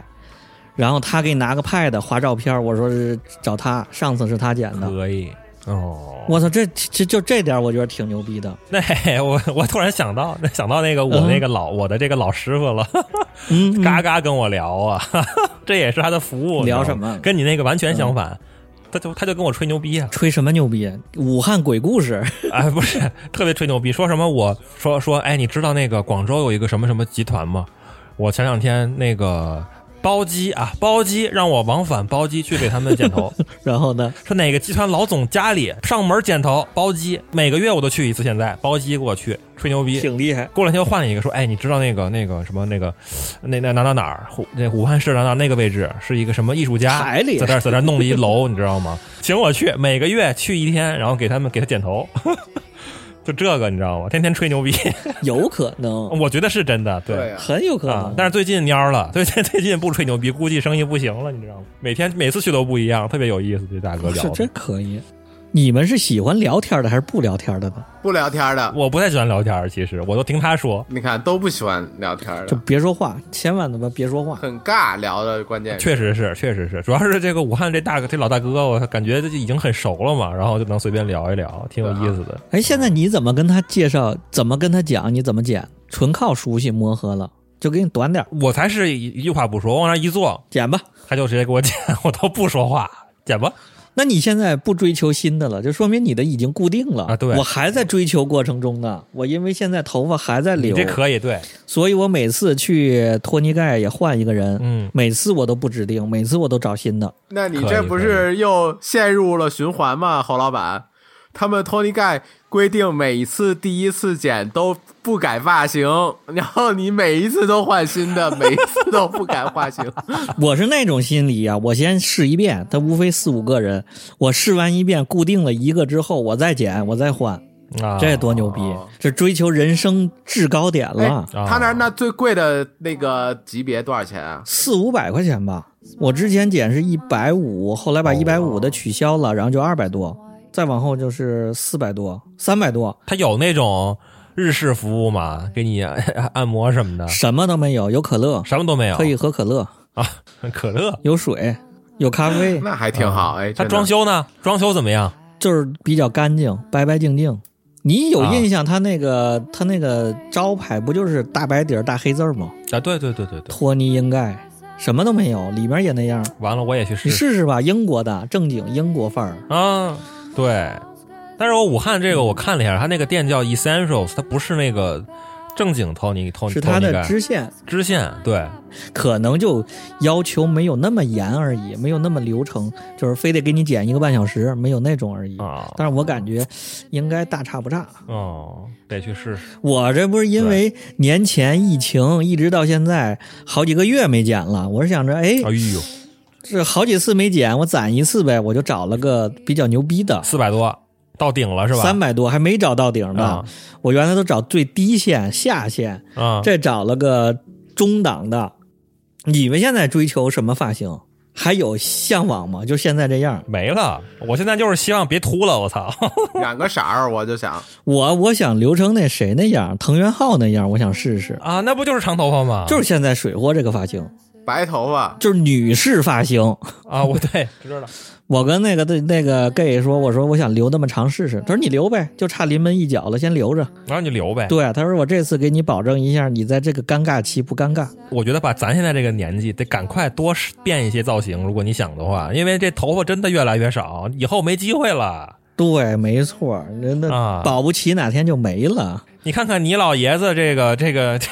S2: 然后他给你拿个 pad 划照片儿，我说是找他，上次是他剪的。
S3: 可以哦。
S2: 我操，这这就这点儿我觉得挺牛逼的。
S3: 那嘿我我突然想到，那想到那个我
S2: 嗯
S3: 那个老、我的这个老师傅 了，
S2: 嗯，
S3: 嘎嘎跟我聊啊， 这也是他的服务。
S2: 聊
S3: 你知道
S2: 什
S3: 吗
S2: 么嗯
S3: 跟你那个完全相反，他就他就跟我吹牛逼啊，
S2: 吹什么牛逼？武汉鬼故事，
S3: 哎，不是特别吹牛逼，说什么我说说，哎，你知道那个广州有一个什么什么集团吗？我前两天那个包机啊，包机让我往返包机去给他们剪头，
S2: 然后呢？
S3: 说哪个集团老总家里上门剪头包机，每个月我都去一次，现在包机给我去吹牛逼，
S2: 挺厉害。
S3: 过两天又换了一个，说：“哎，你知道那个那个什么那个，那那哪哪哪儿，虎那武汉市哪哪那个位置是一个什么艺术家，
S2: 海里
S3: 在那儿在那儿弄了一楼，你知道吗？ 请我去，每个月去一天，然后给他们给他剪头， 就这个你知道吗？天天吹牛逼，
S2: 有可能，
S3: 我觉得是真的，
S4: 对呀，
S2: 很有可能。
S3: 哦啊，但是最近蔫儿了，最近 最近不吹牛逼，估计生意不行了，你知道吗？每天每次去都不一样，特别有意思，这大哥
S2: 哦
S3: 聊
S2: 是
S3: 的
S2: 真。可以。你们是喜欢聊天的还是不聊天的呢？
S4: 不聊天儿的，
S3: 我不太喜欢聊天儿，其实我都听他说，
S4: 你看都不喜欢聊天儿
S2: 就
S4: 的，
S2: 别说话，千万他妈别说话。
S4: 很尬聊的关键是
S3: 确实是，确实是，主要是这个武汉这大哥这老大哥，我感觉这就已经很熟了嘛，然后就能随便聊一聊，挺有意思的。
S2: 哎，现在你怎么跟他介绍？怎么跟他讲？你怎么剪？纯靠熟悉磨合了，就给你短点儿，
S3: 我才是一一句话不说，往那一坐，
S2: 剪吧。
S3: 他就直接给我剪， 我都不说话，剪吧。
S2: 那你现在不追求新的了，就说明你的已经固定了
S3: 啊对
S2: 我还在追求过程中呢。我因为现在头发还在
S3: 你
S2: 留，
S3: 这可以，对，
S2: 所以我每次去托尼盖也换一个人，
S3: 嗯
S2: 每次我都不指定，每次我都找新的。
S4: 那你
S3: 可
S4: 这
S3: 以
S4: 不
S3: 可
S4: 是又陷入了循环吗？侯老板，他们托尼盖规定每一次第一次剪都不改发型，然后你每一次都换新的，每一次都不改发型。
S2: 我是那种心理啊，我先试一遍，他无非四五个人，我试完一遍，固定了一个之后，我再剪，我再换，
S3: 啊，
S2: 这多牛逼！这追求人生制高点
S4: 哎
S2: 了，，
S3: 啊
S4: 他那儿那最贵的那个级别多少钱啊？
S2: 四五百块钱吧，我之前剪是一百五，后来把
S3: 哦
S2: 一百五的取消了，然后就二百多，再往后就是四百多、三百多，
S3: 他有那种日式服务吗？给你 按摩什么的，
S2: 什么都没有，有可乐，
S3: 什么都没有，
S2: 可以喝可乐，
S3: 啊，可乐。
S2: 有水，有咖啡，
S4: 那还挺好。哎，
S3: 他
S4: 真的
S3: 装修呢？装修怎么样？
S2: 就是比较干净，白白净净。你有
S3: 啊
S2: 印象，他那个他那个招牌不就是大白底儿大黑字儿吗？
S3: 啊，对对对对对，
S2: 托尼应盖什么都没有，里面也那样。
S3: 完了我也去试
S2: 你
S3: 试
S2: 试试吧，英国的正经英国范儿。
S3: 啊，对。但是我武汉这个我看了一下，他那个店叫 Essentials，它不是那个正经 Tony Tony，
S2: 是它
S3: Tony
S2: 的
S3: 盖
S2: 支线，
S3: 支线，对，
S2: 可能就要求没有那么严而已，没有那么流程，就是非得给你剪一个半小时，没有那种而已。
S3: 啊，
S2: 但是我感觉应该大差不差。
S3: 哦，得去试试。
S2: 我这不是因为年前疫情一直到现在好几个月没剪了，我是想着，哎，
S3: 哎呦，
S2: 这好几次没剪，我攒一次呗，我就找了个比较牛逼的，
S3: 四百多到顶了是吧？
S2: 三百多还没找到顶呢。
S3: 啊
S2: 我原来都找最低线下线，
S3: 啊，
S2: 这找了个中档的。你们现在追求什么发型？还有向往吗？就现在这样，
S3: 没了。我现在就是希望别秃了，我操！
S4: 染个色儿，我就想
S2: 我我想留成那谁那样，藤原浩那样，我想试试。
S3: 啊，那不就是长头发吗？
S2: 就是现在水货这个发型，
S4: 白头发，
S2: 就是女士发型。
S3: 啊，我对，知道。
S2: 我跟那个对那个 gay 说，我说我想留那么长试试。他说你留呗，就差临门一脚了，先留着。
S3: 然后你留呗。
S2: 对，他说我这次给你保证一下，你在这个尴尬期不尴尬。
S3: 我觉得吧，咱现在这个年纪，得赶快多试变一些造型，如果你想的话，因为这头发真的越来越少，以后没机会了。
S2: 对，没错，人的
S3: 啊
S2: 保不齐哪天就没了。
S3: 你看看你老爷子这个这个 这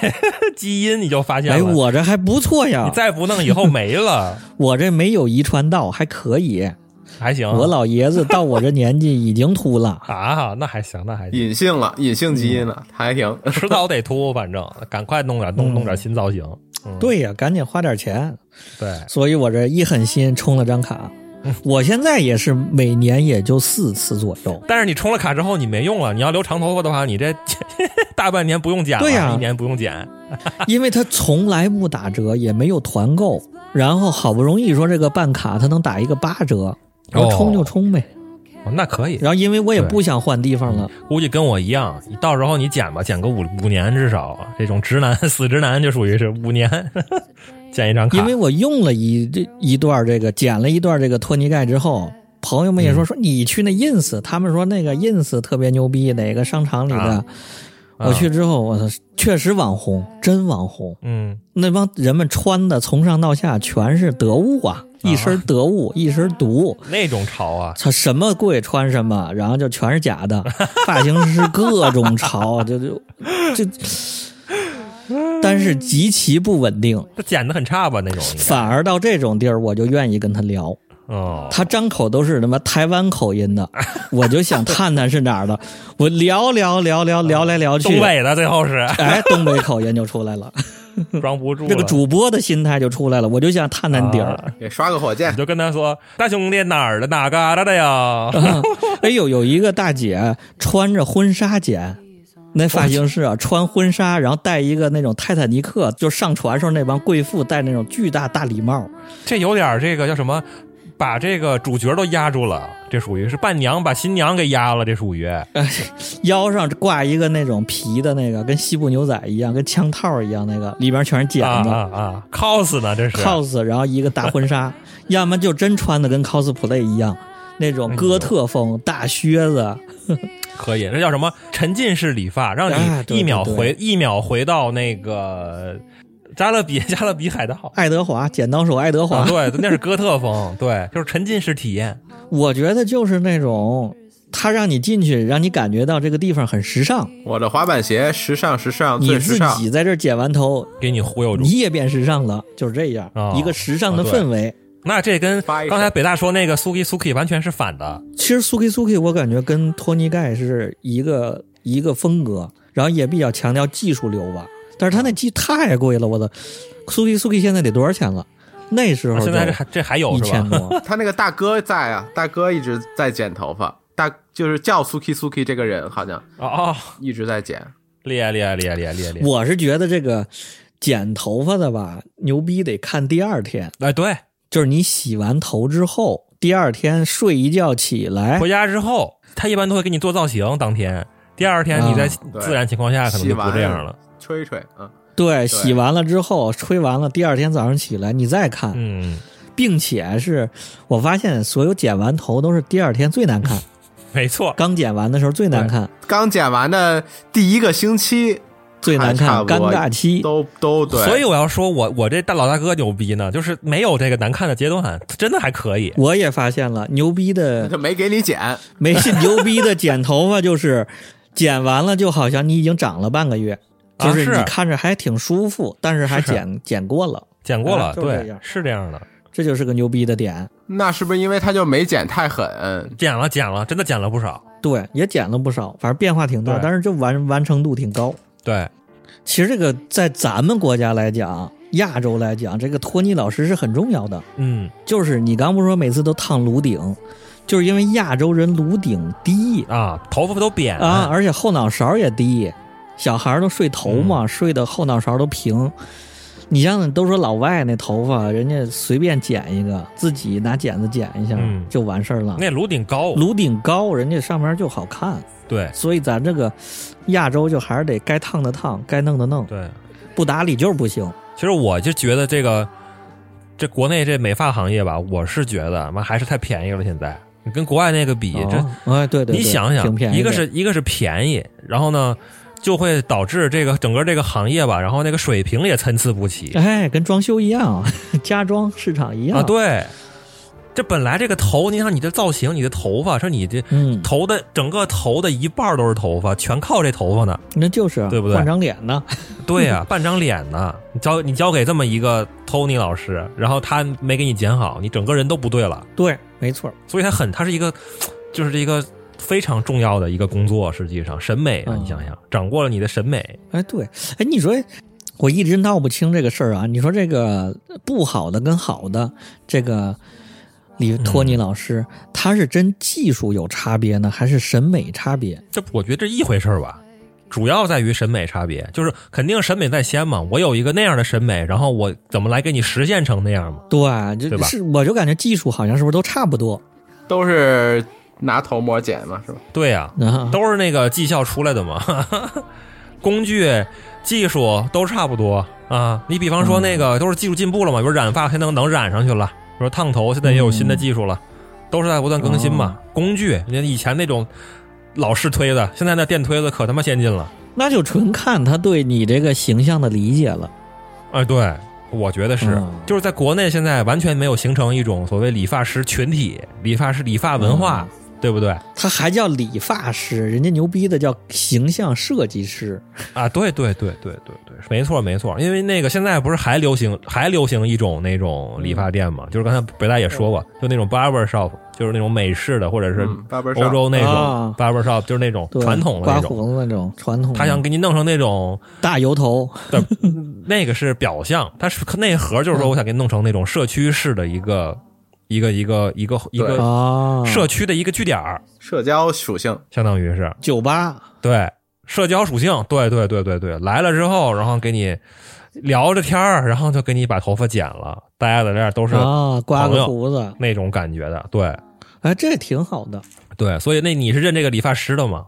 S3: 基因，你就发现
S2: 哎，
S3: 了。
S2: 我这还不错呀
S3: 你，再不弄，以后没 了，
S2: 我这没有遗传到，还可以。
S3: 还行。，
S2: 我老爷子到我这年纪已经秃了
S3: 啊，那还行，那还行，
S4: 隐性了，隐性基因了，还挺。
S3: 迟早得秃，反正赶快弄点弄弄点新造型。嗯
S2: 对呀，赶紧花点钱。
S3: 对，
S2: 所以我这一狠心充了张卡，我现在也是每年也就四次左右。
S3: 但是你充了卡之后你没用了，你要留长头发的话，你这 大半年不用剪了，
S2: 对呀
S3: 一年不用剪。
S2: 因为它从来不打折，也没有团购，然后好不容易说这个办卡它能打一个八折，然后充就充呗。
S3: 哦那可以，
S2: 然后因为我也不想换地方了，
S3: 估计跟我一样，你到时候你剪吧，剪个五五年至少，这种直男死直男就属于是五年 剪一张 卡。
S2: 因为我用了一这一段这个剪了一段这个托尼盖之后。朋友们也说说你去那 ins，他们说那个 ins 特别牛逼，哪个商场里的？
S3: 啊啊
S2: 我去之后，我操，确实网红，真网红。
S3: 嗯，
S2: 那帮人们穿的从上到下全是得物啊，一身得物，一身毒，
S3: 那种潮啊，
S2: 他什么贵穿什么，然后就全是假的，发型师各种潮，就就就，但是极其不稳定。
S3: 他剪的很差吧那种应该。
S2: 反而到这种地儿，我就愿意跟他聊。
S3: 哦，
S2: 他张口都是他妈台湾口音的， 我就想探探是哪儿的。我聊聊聊聊聊来聊去，
S3: 东北的最后 是
S2: 哎，东北口音就出 来了。
S3: 装不住了。
S2: 这个主播的心态就出来了，我就想探探底儿。
S3: 啊
S4: 给刷个火箭
S3: 你，就跟他说：“大兄弟哪儿的哪嘎达的呀？”
S2: 哎呦，有一个大姐穿着婚纱剪，
S3: 嗯
S2: 那发型师啊， 穿婚纱，然后戴一个那种泰坦尼克，就上船时候那帮贵妇戴那种巨大大礼帽，
S3: 这有点儿这个叫什么，把这个主角都压住了，这属于是伴娘把新娘给压了，这属于
S2: 腰上挂一个那种皮的那个，跟西部牛仔一样，跟枪套一样那个，里边全是剪
S3: 啊
S2: 子。
S3: 啊啊，cos 呢这 是啊
S2: cos，然后一个大婚纱， 要么就真穿的跟 cosplay 一样，那种
S3: 嗯
S2: 哥特风、大靴子，
S3: 可以，这叫什么沉浸式理发，让
S2: 啊
S3: 你
S2: 对
S3: 一秒
S2: 对对
S3: 回、一秒回到那个加勒比 加勒比海盗。
S2: 爱德华剪刀手爱德华，
S3: 啊，对，那是哥特风，对，就是沉浸式体验。
S2: 我觉得就是那种，他让你进去，让你感觉到这个地方很时尚，
S4: 我的滑板鞋时尚时尚
S2: 你
S4: 最
S2: 自
S4: 时尚，
S2: 己在这儿剪完头，
S3: 给你忽悠住
S2: 你，也变时尚了，就是这样，
S3: 哦
S2: 一个时尚的
S3: 啊对
S2: 氛围。
S3: 那这跟
S4: 发一
S3: 刚才
S4: 首
S3: 北大说那个苏 k 苏 k 完全是反的，
S2: 其实 Suki Suki 我感觉跟托尼盖是一个一个风格，然后也比较强调技术流吧，但是他那机太贵了，我的 Suki Suki 现在得多少钱了？那时候
S3: 啊现在这
S2: 就
S3: 还这还有
S2: 一
S3: 是吧
S2: 千？ 多，
S4: 他那个大哥在啊，大哥一直在剪头发，大就是叫 Suki Suki 这个人好像
S3: 哦哦，
S4: 一直在剪，
S3: 厉害厉害厉害厉害厉害厉害！
S2: 我是觉得这个剪头发的吧，牛逼得看第二天。
S3: 哎，对，
S2: 就是你洗完头之后，第二天睡一觉起来
S3: 回，家之后，他一般都会给你做造型，当天。第二天你在
S2: 啊
S4: 对
S3: 自然情况下可能就不这样了。
S4: 吹一吹啊，
S2: 对，洗完了之后吹完了，第二天早上起来你再看，
S3: 嗯，
S2: 并且是我发现所有剪完头都是第二天最难看，
S3: 没错，
S2: 刚剪完的时候最难看，
S4: 刚剪完的第一个星期
S2: 最难
S4: 差
S2: 看，
S4: 不多
S2: 尴尬期。
S4: 都都对，
S3: 所以我要说我我这大老大哥牛逼呢，就是没有这个难看的阶段，真的还可以。
S2: 我也发现了，牛逼 的
S4: 他没给你剪，
S2: 没事，牛逼的剪头发就是剪完了，就好像你已经长了半个月，
S3: 啊
S2: 就是
S3: 是
S2: 你看着还挺舒服，但是还
S3: 是是
S2: 剪剪过了，
S3: 剪过了，
S2: 啊就是这
S3: 对
S2: 样，
S3: 是这样的，
S2: 这就是个牛逼的点。
S4: 那是不是因为他就没剪太狠？
S3: 剪了剪了，真的剪了不少。
S2: 对，也剪了不少，反正变化挺大，
S3: 对
S2: 但是这完完成度挺高。
S3: 对，
S2: 其实这个在咱们国家来讲，亚洲来讲，这个托尼老师是很重要的。
S3: 嗯
S2: 就是你刚不是说每次都烫颅顶，就是因为亚洲人颅顶低
S3: 啊，头发都扁
S2: 啊，，而且后脑勺也低，小孩儿都睡头
S3: 嗯
S2: 嘛，睡的后脑勺都平。你像都说老外那头发，人家随便剪一个，自己拿剪子剪一下、
S3: 嗯
S2: 就完事儿了。
S3: 那颅顶高，
S2: 颅顶高，人家上面就好看，
S3: 对
S2: 所以咱这个亚洲就还是得该烫的烫，该弄的弄，
S3: 对。
S2: 不打理就是不行。
S3: 其实我就觉得这个这国内这美发行业吧，我是觉得啊妈还是太便宜了。现在你跟国外那个比，这
S2: 哦哎，对对对，
S3: 你想想
S2: 挺，便宜的
S3: 一个是一个是便宜，然后呢，就会导致这个整个这个行业吧，然后那个水平也参差不齐
S2: 哎，跟装修一样， 家装市场一样
S3: 啊。，对，这本来这个头，你看你的造型，你的头发，说你这
S2: 嗯，
S3: 头的整个头的一半都是头发，全靠这头发呢。
S2: 那就是啊
S3: 对不对
S2: 换张脸呢，
S3: 对呀、半张脸呢，你交你交给这么一个 Tony 老师，然后他没给你剪好，你整个人都不对了。
S2: 对，没错儿，
S3: 所以它很，它是一个，就是一个非常重要的一个工作。实际上，审美啊，
S2: 嗯
S3: 你想想，掌握了你的审美，
S2: 哎，对，哎，你说我一直闹不清这个事儿啊。你说这个不好的跟好的，这个李
S3: 嗯
S2: 托尼老师、他是真技术有差别呢，还是审美差别？
S3: 这我觉得这一回事儿吧。主要在于审美差别，就是肯定审美在先嘛。我有一个那样的审美，然后我怎么来给你实现成那样嘛？
S2: 对，
S3: 对
S2: 就
S3: 吧
S2: 是我就感觉技术好像是不是都差不多
S4: 都是拿头模剪嘛，是吧？
S3: 对呀、
S2: 啊？
S3: 都是那个技校出来的嘛， 工具、技术都差不多啊。你比方说那个都是技术进步了嘛，比如染发现在能能染上去了，比如说烫头现在也有新的技术了，都是在不断更新嘛。工具，你看以前那种老式推的，现在那电推子可他妈先进了。
S2: 那就纯看他对你这个形象的理解了。
S3: 哎，对，我觉得是，
S2: 嗯
S3: 就是在国内现在完全没有形成一种所谓理发师群体、理发师理发文化，对不对？
S2: 他还叫理发师，人家牛逼的叫形象设计师。
S3: 啊，对对对对对对，没错没错，因为那个现在不是还流行还流行一种那种理发店嘛，就是刚才北大也说过，就那种 barber shop，就是那种美式的或者是
S4: 嗯，barber shop
S3: 欧洲那种
S2: 啊
S3: barber shop，就是那种
S2: 对
S3: 传统的
S2: 刮
S3: 那种，
S2: 胡子那种传统的，
S3: 他想给你弄成那种
S2: 大油头，
S3: 的那个是表象，它是内核
S2: 嗯
S3: 就是说我想给你弄成那种社区式的一个一个一个一个一个
S2: 啊，
S3: 社区的一个据点儿，
S4: 社交属性，
S3: 相当于是
S2: 酒吧，
S3: 对，社交属性，对对对对对，来了之后，然后给你聊着天儿，然后就给你把头发剪了，大家在这儿都是
S2: 啊，刮
S3: 朋友
S2: 个胡子，
S3: 那种感觉的，对
S2: 哎，这挺好的。
S3: 对，所以那你是认这个理发师的吗？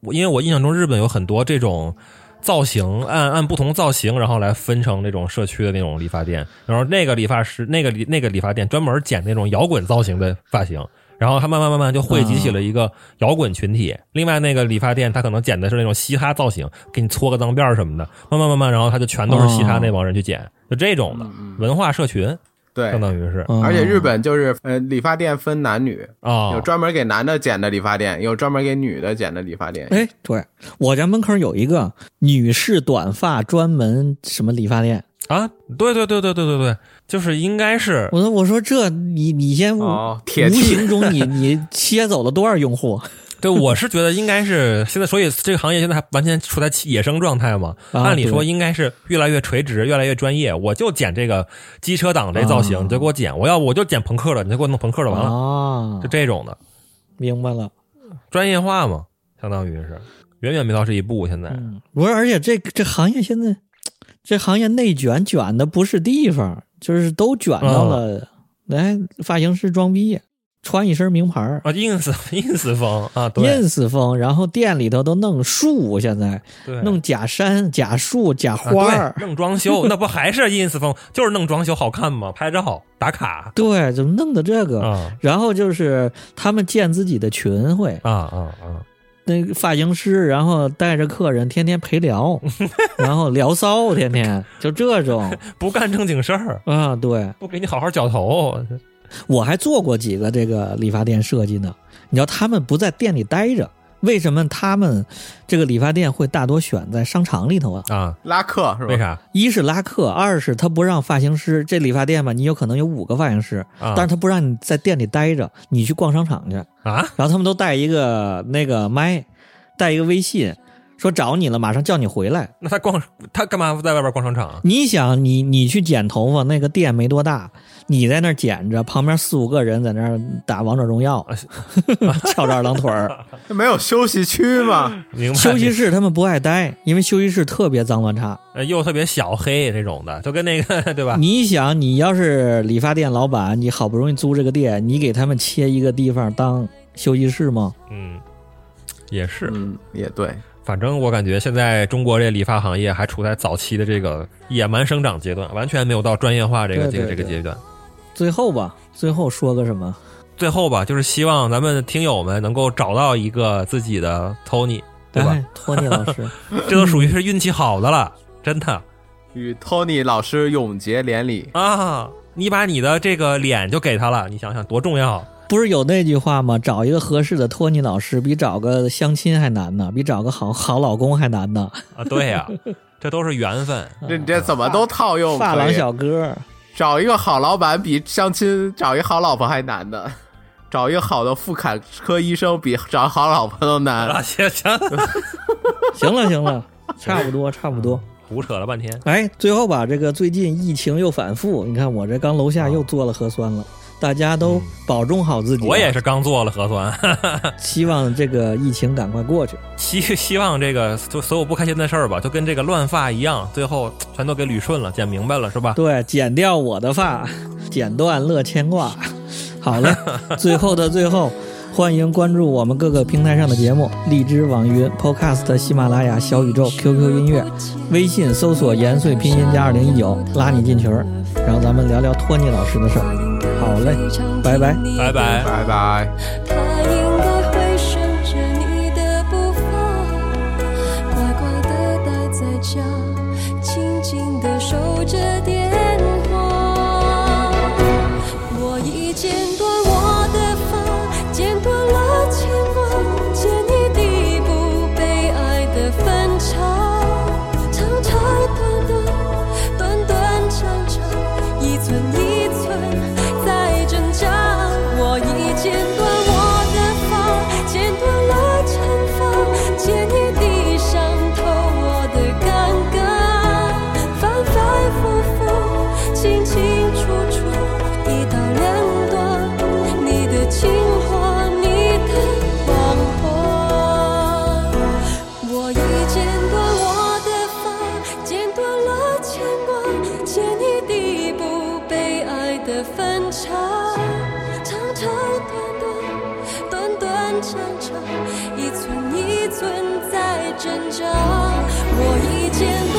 S3: 我因为我印象中日本有很多这种造型，按按不同造型，然后来分成那种社区的那种理发店，然后那个理发师，那个理那个理发店专门剪那种摇滚造型的发型。然后他慢慢慢慢就汇集起了一个摇滚群体，另外那个理发店他可能剪的是那种嘻哈造型，给你搓个脏辫儿什么的，慢慢慢慢，然后他就全都是嘻哈那帮人去剪，就这种的文化社群，
S4: 嗯对
S3: 相。当于是啊、
S2: 嗯
S4: 而且日本就是呃，理发店分男女，
S3: 啊哦
S4: 有专门给男的剪的理发店，有专门给女的剪的理发店。
S2: 哎，对我家门口有一个女士短发专门什么理发店，
S3: 啊，对对对对对对对，就是应该是
S2: 我说我说这你你先
S4: 哦，铁
S2: 无
S4: 剃
S2: 形中你你切走了多少用户？
S3: 对，我是觉得应该是现在，所以这个行业现在还完全处在野生状态嘛。
S2: 啊
S3: 按理说
S2: 对
S3: 应该是越来越垂直，越来越专业。我就剪这个机车党这造型，
S2: 啊
S3: 你就给我剪；我要我就剪朋克的，你就给我弄朋克的，完了，
S2: 啊
S3: 就，这种的
S2: 明白了。
S3: 专业化嘛，相当于是远远没到这一步。现在、
S2: 嗯，我说而且这这行业现
S3: 嗯
S2: 在这行业内卷卷的不是地方，就是都卷到了来发型师装逼，穿一身名牌儿
S3: 啊，ins ins 风啊，对
S2: ，ins 风，然后店里头都弄树，现在
S3: 对，
S2: 弄假山、假树、假
S3: 啊
S2: 花儿
S3: 对，弄装修，那不还是 ins 风？就是弄装修好看嘛，拍照打卡
S2: 对，怎么弄的这个？
S3: 啊
S2: 然后就是他们建自己的群会，
S3: 啊啊啊！
S2: 那个发型师，然后带着客人天天陪 聊，然后聊骚，天天就这种
S3: 不干正经事儿，
S2: 啊。对
S3: 不给你好好绞头，
S2: 我还做过几个这个理发店设计呢。你知道他们不在店里待着，为什么他们这个理发店会大多选在商场里头啊？
S3: 啊，
S4: 拉客是吧？
S3: 为啥
S2: 一是拉客，二是他不让发型师。这理发店吧，你有可能有五个发型师，
S3: 啊
S2: 但是他不让你在店里待着，你去逛商场去。
S3: 啊？
S2: 然后他们都带一个那个麦，带一个微信，说找你了，马上叫你回来。
S3: 那他逛他干嘛在外边逛商场啊？
S2: 你想你，你去剪头发，那个店没多大，你在那儿剪着，旁边四五个人在那儿打王者荣耀， 翘着二郎腿儿。
S4: 那没有休息区吗？
S3: 明白？
S2: 休息室他们不爱待，因为休息室特别脏乱差。
S3: 呃又特别小黑这种的，就跟那个 对吧？
S2: 你想，你要是理发店老板，你好不容易租这个店，你给他们切一个地方当休息室吗？
S3: 嗯，也是。
S4: 嗯，也对，
S3: 反正我感觉现在中国这理发行业还处在早期的这个野蛮生长阶段，完全没有到专业化这个这
S2: 对
S3: 个
S2: 对
S3: 这个
S2: 对
S3: 阶段。
S2: 最后吧，最后说个什么？
S3: 最后吧，就是希望咱们听友们能够找到一个自己的 Tony，对吧？
S2: 哎，嗯托尼老师，
S3: 这都属于是运气好的了，真的
S4: 与 Tony 老师永结连理。
S3: 啊！你把你的这个脸就给他了，你想想多重要
S2: 不是有那句话吗？找一个合适的托尼老师，比找个相亲还难呢，比找个好好老公还难呢。
S3: 啊！对呀、这都是缘分。
S4: 这你这怎么都套用？
S2: 发
S4: 可
S2: 廊
S4: 以
S2: 小哥，
S4: 找一个好老板比相亲找一好老婆还难的， 找一个好的妇产科医生比找好老婆都 难。
S3: 啊，行行，
S2: 行了行了，差不多差不多。
S3: 胡扯了半天，
S2: 哎，最后吧，这个最近疫情又反复，你看我这刚楼下又做了核酸了，大家都保重好自己啊。
S3: 我也是刚做了核酸。
S2: 希望这个疫情赶快过去。
S3: 希希望这个就所有不开心的事儿吧，就跟这个乱发一样，最后全都给捋顺了，讲明白了是吧？
S2: 对，剪掉我的发， 剪断乐牵挂。好嘞，最后的最后，欢迎关注我们各个平台上的节目：荔枝、网易云、Podcast、喜马拉雅、小宇宙、QQ 音乐、微信搜索“延绥拼音加二零一九”，拉你进群儿，然后咱们聊聊托尼老师的事儿。好嘞，拜拜。
S3: 拜拜。
S4: 拜拜。
S5: 他应该会顺着你的步伐，乖乖的待在家，静静的守着电话。我已剪断我的发，剪断了牵挂，剪一地不被爱的分岔，长长短短，短短长长，一寸一寸在挣扎。我已剪断我的发，剪断了惩罚，剪一地伤透我的尴尬，反反复复，清清楚楚，一刀两断，你的情话，你的谎话。我已剪断我的发，剪断了牵挂，剪一地不被爱的分岔，长长短短，短短长长，一寸一寸在挣扎。我已剪断。